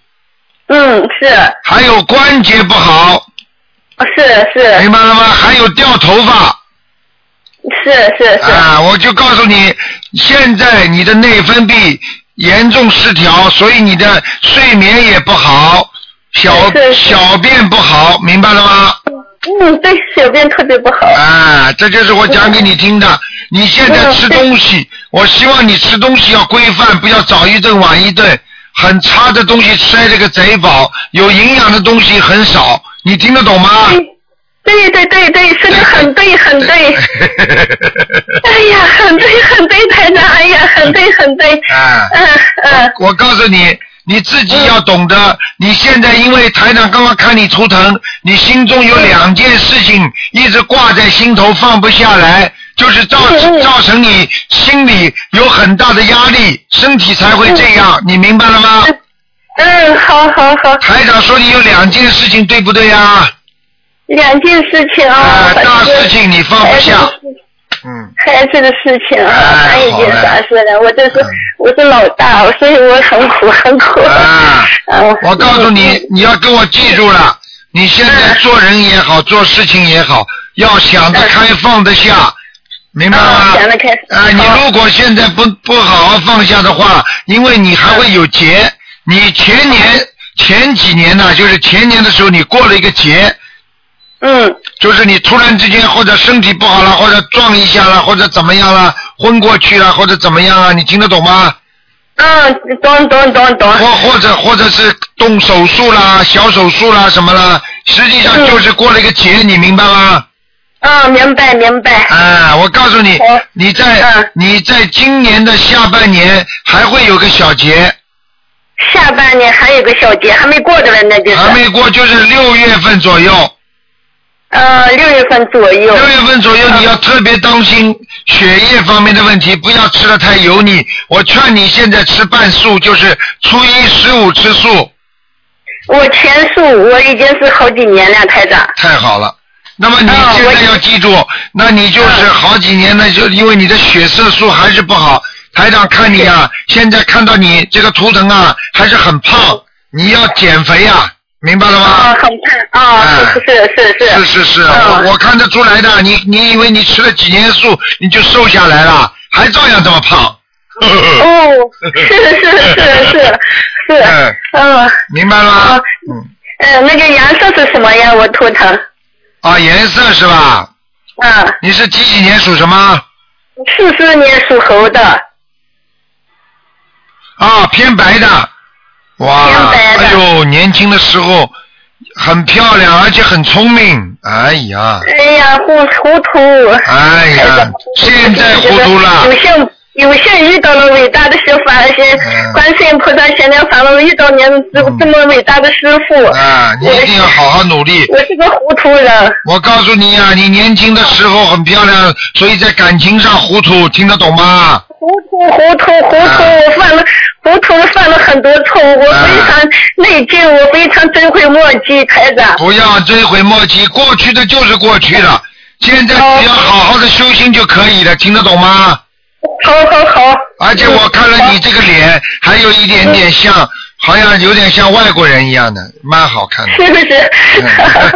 Speaker 9: 嗯，是
Speaker 1: 还有关节不好，
Speaker 9: 哦是是
Speaker 1: 明白了吗？还有掉头发
Speaker 9: 是是是，
Speaker 1: 啊，我就告诉你，现在你的内分泌严重失调，所以你的睡眠也不好，小
Speaker 9: 是是
Speaker 1: 小便不好，明白了吗？
Speaker 9: 嗯，对，小便特别不好。
Speaker 1: 啊，这就是我讲给你听的。你现在吃东西，我希望你吃东西要规范，不要早一顿晚一顿。很差的东西吃这个贼饱，有营养的东西很少。你听得懂吗？
Speaker 9: 对对对对，说的很对很对，哎呀，很对很对，台长，哎呀，很对很对，
Speaker 1: 啊，
Speaker 9: 嗯嗯，
Speaker 1: 我告诉你，你自己要懂得。你现在因为台长刚刚看你图腾，你心中有两件事情一直挂在心头放不下来，就是造
Speaker 9: 嗯
Speaker 1: 造成你心里有很大的压力，身体才会这样。你明白了吗？
Speaker 9: 嗯，好好好，
Speaker 1: 台长说你有两件事情，对不对呀、啊？
Speaker 9: 两件事情啊，反
Speaker 1: 大
Speaker 9: 正
Speaker 1: 事情你放不下，嗯，
Speaker 9: 孩子的事情啊，
Speaker 1: 哎
Speaker 9: 还有一件
Speaker 1: 好嘞
Speaker 9: 啥事呢？我就是
Speaker 1: 嗯
Speaker 9: 我是老大，所以我很苦很苦。
Speaker 1: 啊
Speaker 9: 啊嗯
Speaker 1: 我告诉你，你要跟我记住了，你现在做人也好，做事情也好，要想得开，放得下，明白吗
Speaker 9: 嗯啊，？想得开。
Speaker 1: 啊，你如果现在不不好好放下的话，因为你还
Speaker 9: 嗯
Speaker 1: 会有劫。你前年前几年呢、就是前年的时候，你过了一个劫，
Speaker 9: 嗯
Speaker 1: 就是你突然之间或者身体不好了，或者撞一下了，或者怎么样了，昏过去了，或者怎么样啊？你听得懂吗？
Speaker 9: 嗯，懂懂懂懂。
Speaker 1: 或或者或者是动手术啦、小手术啦什么啦，实际上就是过了一个节，你明白吗？
Speaker 9: 嗯，明白明白。
Speaker 1: 啊，我告诉你
Speaker 9: 好，
Speaker 1: 你在
Speaker 9: 嗯
Speaker 1: 你在今年的下半年还会有个小节，
Speaker 9: 下半年还有个小节还没过的了，那就是。
Speaker 1: 还没过就是六月份左右，
Speaker 9: 呃，六月份左右。
Speaker 1: 六啊月份左右你要特别当心血液方面的问题，不要吃的太油腻。我劝你现在吃半素，就是初一十五吃素，
Speaker 9: 我前数我已经是好几年了，台长。
Speaker 1: 太好了。那么你
Speaker 9: 嗯
Speaker 1: 现
Speaker 9: 我嗯
Speaker 1: 在要记住，那你就是好几年呢，就因为你的血色素还是不好。台长看你啊，现在看到你这个图腾啊，还是很胖，你要减肥呀、明白了吗？
Speaker 9: 嗯啊，很胖啊，是是是
Speaker 1: 嗯是是
Speaker 9: 是。
Speaker 1: 是，
Speaker 9: 嗯
Speaker 1: 我我看得出来的。你你以为你吃了几年素你就瘦下来了，还照样这么胖？
Speaker 9: 哦，是是是是 是。
Speaker 1: 嗯，
Speaker 9: 嗯。
Speaker 1: 明白了吗
Speaker 9: 啊？
Speaker 1: 嗯，
Speaker 9: 呃，那个颜色是什么呀？我头疼。
Speaker 1: 啊，颜色是吧？
Speaker 9: 嗯，
Speaker 1: 你是几几年属什么？
Speaker 9: 四四年属猴的，
Speaker 1: 啊，偏白的，哇，
Speaker 9: 偏白的
Speaker 1: 哎呦，年轻的时候很漂亮，而且很聪明，哎呀，
Speaker 9: 哎呀，糊糊涂。
Speaker 1: 哎呀，现在哎糊涂
Speaker 9: 有
Speaker 1: 了，
Speaker 9: 幸有幸遇到了伟大的小法师
Speaker 1: 嗯，
Speaker 9: 观世音菩萨贤良法门，遇到您这
Speaker 1: 嗯
Speaker 9: 这么伟大的师傅，
Speaker 1: 啊，你一定要好好努力。
Speaker 9: 我是个糊涂人。
Speaker 1: 我告诉你呀、你年轻的时候很漂亮，所以在感情上糊涂，听得懂吗？
Speaker 9: 糊涂糊涂糊涂，
Speaker 1: 啊
Speaker 9: 我犯了糊涂犯了很多错误，我
Speaker 1: 啊
Speaker 9: 非常内疚，我非常追悔莫及，台长。
Speaker 1: 不要追悔莫及，过去的就是过去了，现在
Speaker 9: 哦
Speaker 1: 只要好好的修心就可以了，听得懂吗？
Speaker 9: 好好好，
Speaker 1: 而且我看了你这个脸，还有一点点像，好像有点像外国人一样的，蛮好看的。
Speaker 9: 是不是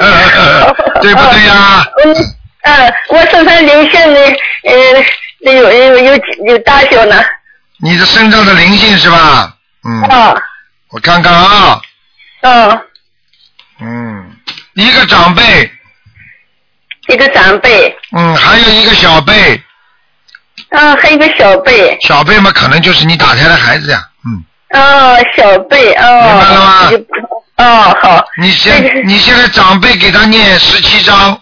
Speaker 1: 嗯？对不对呀、
Speaker 9: 嗯，嗯，我身上零线的，呃，有有有几有大小呢？
Speaker 1: 你的身上的灵性是吧？嗯，
Speaker 9: 啊，
Speaker 1: 我看看啊，
Speaker 9: 嗯，
Speaker 1: 嗯，一个长辈，
Speaker 9: 一个长辈，
Speaker 1: 嗯，还有一个小辈，
Speaker 9: 啊，还有一个小辈，
Speaker 1: 小辈嘛，可能就是你打胎的孩子呀、嗯，
Speaker 9: 啊，小辈，
Speaker 1: 明白了吗
Speaker 9: 啊，就哦，好，
Speaker 1: 你现你现在长辈给他念十七章，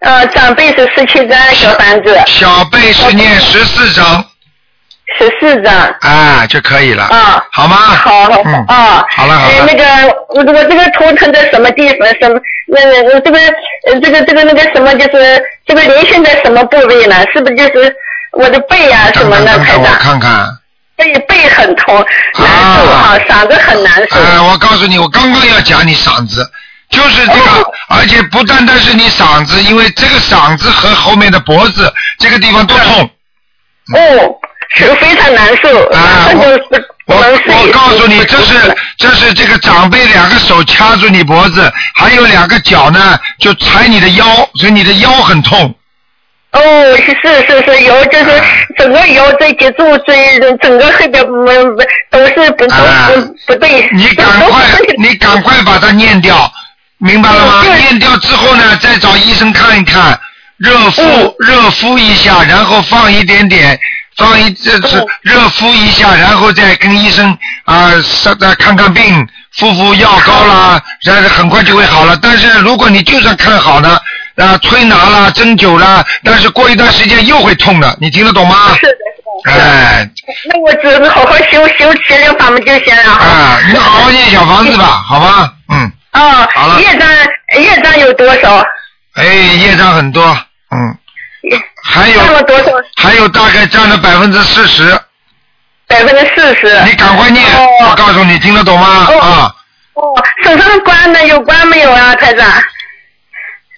Speaker 9: 呃，长辈是十七张小房子，
Speaker 1: 小辈是念十四章，
Speaker 9: 十四张，
Speaker 1: 哎，就可以了，
Speaker 9: 啊，
Speaker 1: 好吗？
Speaker 9: 好好
Speaker 1: 嗯，
Speaker 9: 啊，
Speaker 1: 好了好了
Speaker 9: 呃那个我我这个头疼在什么地方？什么？那那这个呃这个这个那个什么？就是这个灵性在什么部位呢？是不是就是我的背呀、什
Speaker 1: 等
Speaker 9: 么
Speaker 1: 等
Speaker 9: 的，
Speaker 1: 等
Speaker 9: 台
Speaker 1: 等，我
Speaker 9: 长？
Speaker 1: 看看。
Speaker 9: 背背很痛，难受
Speaker 1: 啊
Speaker 9: 哈、嗓子很难受。
Speaker 1: 哎，我告诉你，我刚刚要讲你嗓子，就是这
Speaker 9: 哦
Speaker 1: 个， 而且不单单是你嗓子，因为这
Speaker 9: 嗯
Speaker 1: 个嗓子和后面的脖子这个地方都痛，
Speaker 9: 哦，是非常很难受，马上就是
Speaker 1: 啊我
Speaker 9: 不能睡。
Speaker 1: 我告诉你，这是这是这个长辈两个手掐住你脖子，还有两个脚呢就踩你的腰，所以你的腰很痛。
Speaker 9: 哦，是是是是，腰就是
Speaker 1: 啊
Speaker 9: 整个腰椎、脊柱椎，整个后边嗯都是不都不不对。
Speaker 1: 啊你赶快，你赶快把它念掉，明白了吗？念掉之后呢，再找医生看一看，热敷、
Speaker 9: 嗯
Speaker 1: 热敷一下，然后放一点点，放一这
Speaker 9: 嗯
Speaker 1: 是热敷一下，然后再跟医生啊，上再看看病，敷敷药膏啦，然后很快就会好了。但是如果你就算看好了，啊，推拿啦、针灸啦，但是过一段时间又会痛的，你听得懂吗？
Speaker 9: 是的，
Speaker 1: 哎，
Speaker 9: 那我只能好好修修心灵法门就行了哈。
Speaker 1: 啊，你好好念小房子吧，好吗？嗯，
Speaker 9: 啊，
Speaker 1: 好了
Speaker 9: 业障业障有多少？
Speaker 1: 哎，业障很多，嗯，还有
Speaker 9: 占了多少？
Speaker 1: 还有大概占了百分之四十。
Speaker 9: 百分之四十。
Speaker 1: 你赶快念，
Speaker 9: 哦
Speaker 1: 我告诉你，听得懂吗？
Speaker 9: 哦
Speaker 1: 啊，
Speaker 9: 哦，手上的关呢有关没有啊，台长？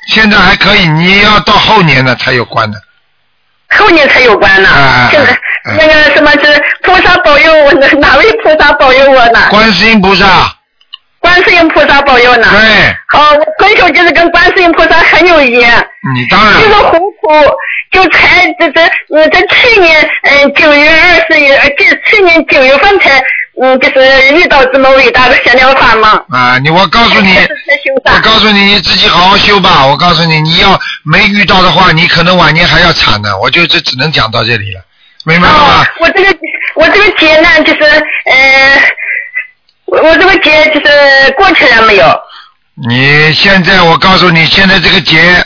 Speaker 1: 现在还可以，你要到后年呢才有关的。
Speaker 9: 后年才有关呢。
Speaker 1: 啊
Speaker 9: 现在那个什么是菩萨保佑我呢？哪位菩萨保佑我呢？
Speaker 1: 观世音菩
Speaker 9: 啊
Speaker 1: 萨，
Speaker 9: 观世音菩萨保佑呢。
Speaker 1: 对，
Speaker 9: 好，我从小就是跟观世音菩萨很有缘，
Speaker 1: 你当然
Speaker 9: 就是糊涂，就才这这嗯，这去年嗯九月二十一，呃这去年九月份才嗯就是遇到这么伟大的闲聊法嘛。
Speaker 1: 啊，你我告诉你，我告诉你，你自己好好修吧。我告诉你，你要没遇到的话，你可能晚年还要惨呢。我就这只能讲到这里了，明白了吗？
Speaker 9: 哦我这个我这个劫呢，就是呃，我我这个劫就是过去了没有？
Speaker 1: 你现在，我告诉你，现在这个节，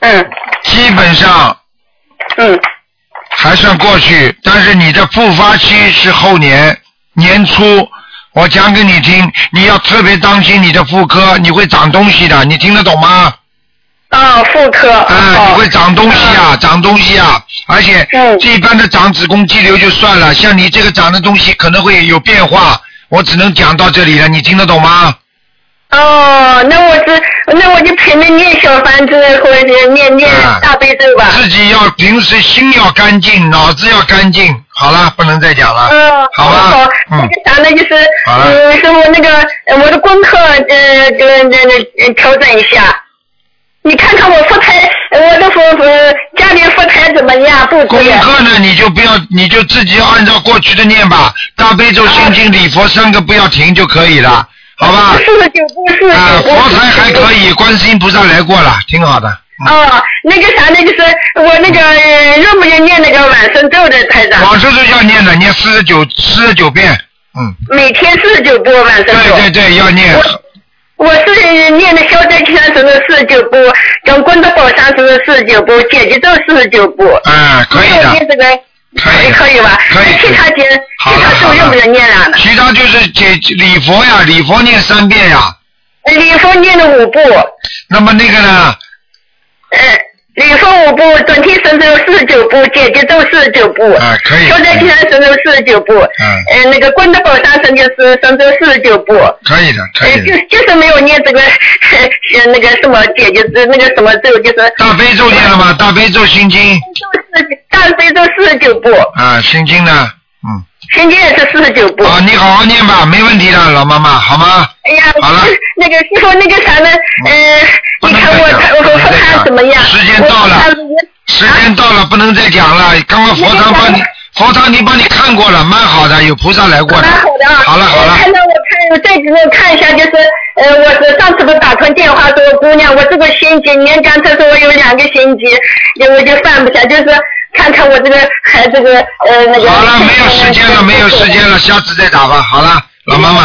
Speaker 9: 嗯，
Speaker 1: 基本上，
Speaker 9: 嗯，
Speaker 1: 还算过去，但是你的复发期是后年年初。我讲给你听，你要特别当心你的妇科，你会长东西的，你听得懂吗？
Speaker 9: 啊，妇科。
Speaker 1: 啊、
Speaker 9: 哦
Speaker 1: 你会长东西啊，长东西啊，而且这一般的长子宫肌瘤就算了，像你这个长的东西可能会有变化。我只能讲到这里了，你听得懂吗？
Speaker 9: 哦，那我是那我就拼命念小房子或者念念
Speaker 1: 啊
Speaker 9: 大悲咒吧。
Speaker 1: 自己要平时心要干净，脑子要干净。好了，不能再讲了。
Speaker 9: 嗯，
Speaker 1: 好吧，
Speaker 9: 那
Speaker 1: 嗯，
Speaker 9: 个啥呢，就是
Speaker 1: 好了
Speaker 9: 嗯，是我那个呃我的功课呃，这个这个呃调整一下。你看看我佛台，呃我的佛呃家里佛台怎么样，布
Speaker 1: 功
Speaker 9: 置？
Speaker 1: 课呢，你就不要，你就自己要按照过去的念吧，大悲咒、心经、礼佛三个不要停就可以
Speaker 9: 啊
Speaker 1: 了，好吧？
Speaker 9: 四十九步，四十
Speaker 1: 啊，
Speaker 9: 九步。
Speaker 1: 佛台还可以，观世音菩萨来过了，挺好 的。
Speaker 9: 哦，那个啥呢，就是我那个
Speaker 1: 嗯
Speaker 9: 呃认不认念那个晚生咒的台长？
Speaker 1: 往生咒要念的，念四十九四十九遍，嗯，
Speaker 9: 每天四十九步晚生咒。
Speaker 1: 对对对，要念。
Speaker 9: 我是念的消灾吉祥神咒四十九步，跟功德宝山神咒四十九步，姐姐咒四十九步。
Speaker 1: 嗯，可以
Speaker 9: 没有
Speaker 1: 的，
Speaker 9: 念这个，
Speaker 1: 可以的
Speaker 9: 可以吧？
Speaker 1: 可以
Speaker 9: 那其他经，
Speaker 1: 好
Speaker 9: 其
Speaker 1: 了
Speaker 9: 他
Speaker 1: 好
Speaker 9: 咒
Speaker 1: 了
Speaker 9: 用不用念了呢？
Speaker 1: 其他就是解礼佛呀，礼佛念三遍呀。
Speaker 9: 礼佛念了五部，
Speaker 1: 那么那个呢？
Speaker 9: 呃，礼佛五部，准提神咒四十九部，姐姐咒四十九部，
Speaker 1: 啊，可以
Speaker 9: 消，灾吉祥神咒四十九部，
Speaker 1: 嗯，
Speaker 9: 呃，那个功德宝山神就是神咒四十九部。
Speaker 1: 可以的，可
Speaker 9: 呃，
Speaker 1: 以
Speaker 9: 就
Speaker 1: 的。
Speaker 9: 就是没有念这个， 呃，那个什么姐姐咒，那个什么咒，就是
Speaker 1: 大悲咒念了吗？大悲咒心经
Speaker 9: 就是大悲咒四十九部，
Speaker 1: 啊，心经呢？嗯。
Speaker 9: 心经也是四十九部。
Speaker 1: 啊，你好好念吧，没问题的，老妈妈，好吗？
Speaker 9: 哎呀，
Speaker 1: 好了
Speaker 9: 那个师傅，那个啥呢？呃，你看我看我我看怎么样？
Speaker 1: 时间到了
Speaker 9: 我看我
Speaker 1: 时间到了，不能再讲了。刚刚佛堂帮你，佛堂你帮你看过了，蛮好的，有菩萨来过的
Speaker 9: 蛮。好的啊。
Speaker 1: 好了好了
Speaker 9: 呃看到我看我再给我看一下，就是呃，我是上次不打通电话说，姑娘，我这个心结，您刚才说我有两个心结，就我就放不下，就是看看我这个孩子的呃那个。
Speaker 1: 好了，没有时间了，没有时间了，下次再打吧。好了，老妈妈，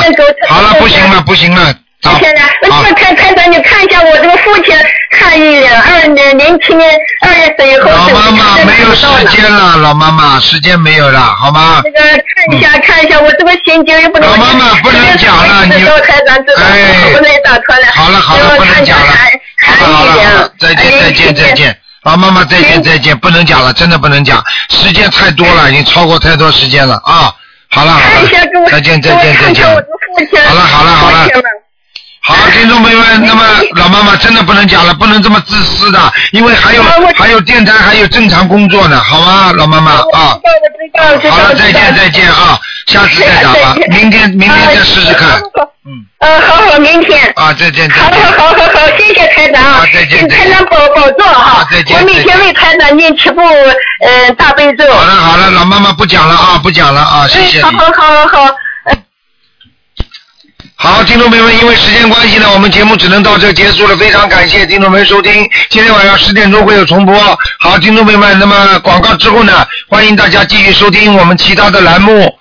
Speaker 1: 好了，不行了，不行了，走。
Speaker 9: 谢谢。那
Speaker 1: 好
Speaker 9: 这个台台长，你看一下我这个父亲，看一眼，二零零七年二月份以后
Speaker 1: 老
Speaker 9: 是不
Speaker 1: 妈
Speaker 9: 是
Speaker 1: 妈
Speaker 9: 看
Speaker 1: 没
Speaker 9: 得
Speaker 1: 有
Speaker 9: 不
Speaker 1: 时
Speaker 9: 到了
Speaker 1: 间了，老妈妈时间没有了，好吗
Speaker 9: 那？个看一下看一下，我这个心经又不能。
Speaker 1: 老嗯啊妈妈不能讲了你
Speaker 9: 知道台长知道，
Speaker 1: 哎
Speaker 9: 不能打穿了。
Speaker 1: 好了好了，不能讲了。好了
Speaker 9: 含
Speaker 1: 好
Speaker 9: 含一
Speaker 1: 了，
Speaker 9: 点啊哎
Speaker 1: 好了，再见再见再。见。老妈妈再见再见，不能讲了，真的不能讲，时间太多
Speaker 9: 哎
Speaker 1: 了，已经超过太多时间了啊。好了好
Speaker 9: 看一下，给我
Speaker 1: 了，再见再见再
Speaker 9: 哎给我看看我
Speaker 1: 见
Speaker 9: 的。父亲。
Speaker 1: 好了好了好了
Speaker 9: 父亲们
Speaker 1: 好，听众朋友
Speaker 9: 哎
Speaker 1: 们，那么老妈妈真的不能讲了，不能这么自私的，因为还有还有电台，还有正常工作呢，好吗，老妈妈啊？
Speaker 9: 我知道，我知道，
Speaker 1: 好了，
Speaker 9: 我知道
Speaker 1: 再
Speaker 9: 哎
Speaker 1: 见再见啊，下次再打吧，明天明天再试试看
Speaker 9: 呃，啊好好，明天。
Speaker 1: 啊，再见
Speaker 9: 好
Speaker 1: 再见
Speaker 9: 好好好好，谢谢台长，
Speaker 1: 啊再见
Speaker 9: 请
Speaker 1: 再
Speaker 9: 台
Speaker 1: 见
Speaker 9: 长保保重哈
Speaker 1: 啊再。见
Speaker 9: 我每
Speaker 1: 再
Speaker 9: 天
Speaker 1: 见
Speaker 9: 为台长念七部呃大悲咒。
Speaker 1: 好了好了，老妈妈不讲了啊，不讲了啊，谢谢
Speaker 9: 哎好
Speaker 1: 你。
Speaker 9: 好好好好，
Speaker 1: 好，听众朋友们，因为时间关系呢，我们节目只能到这结束了。非常感谢听众朋友收听，今天晚上十点钟会有重播。好，听众朋友们，那么广告之后呢，欢迎大家继续收听我们其他的栏目。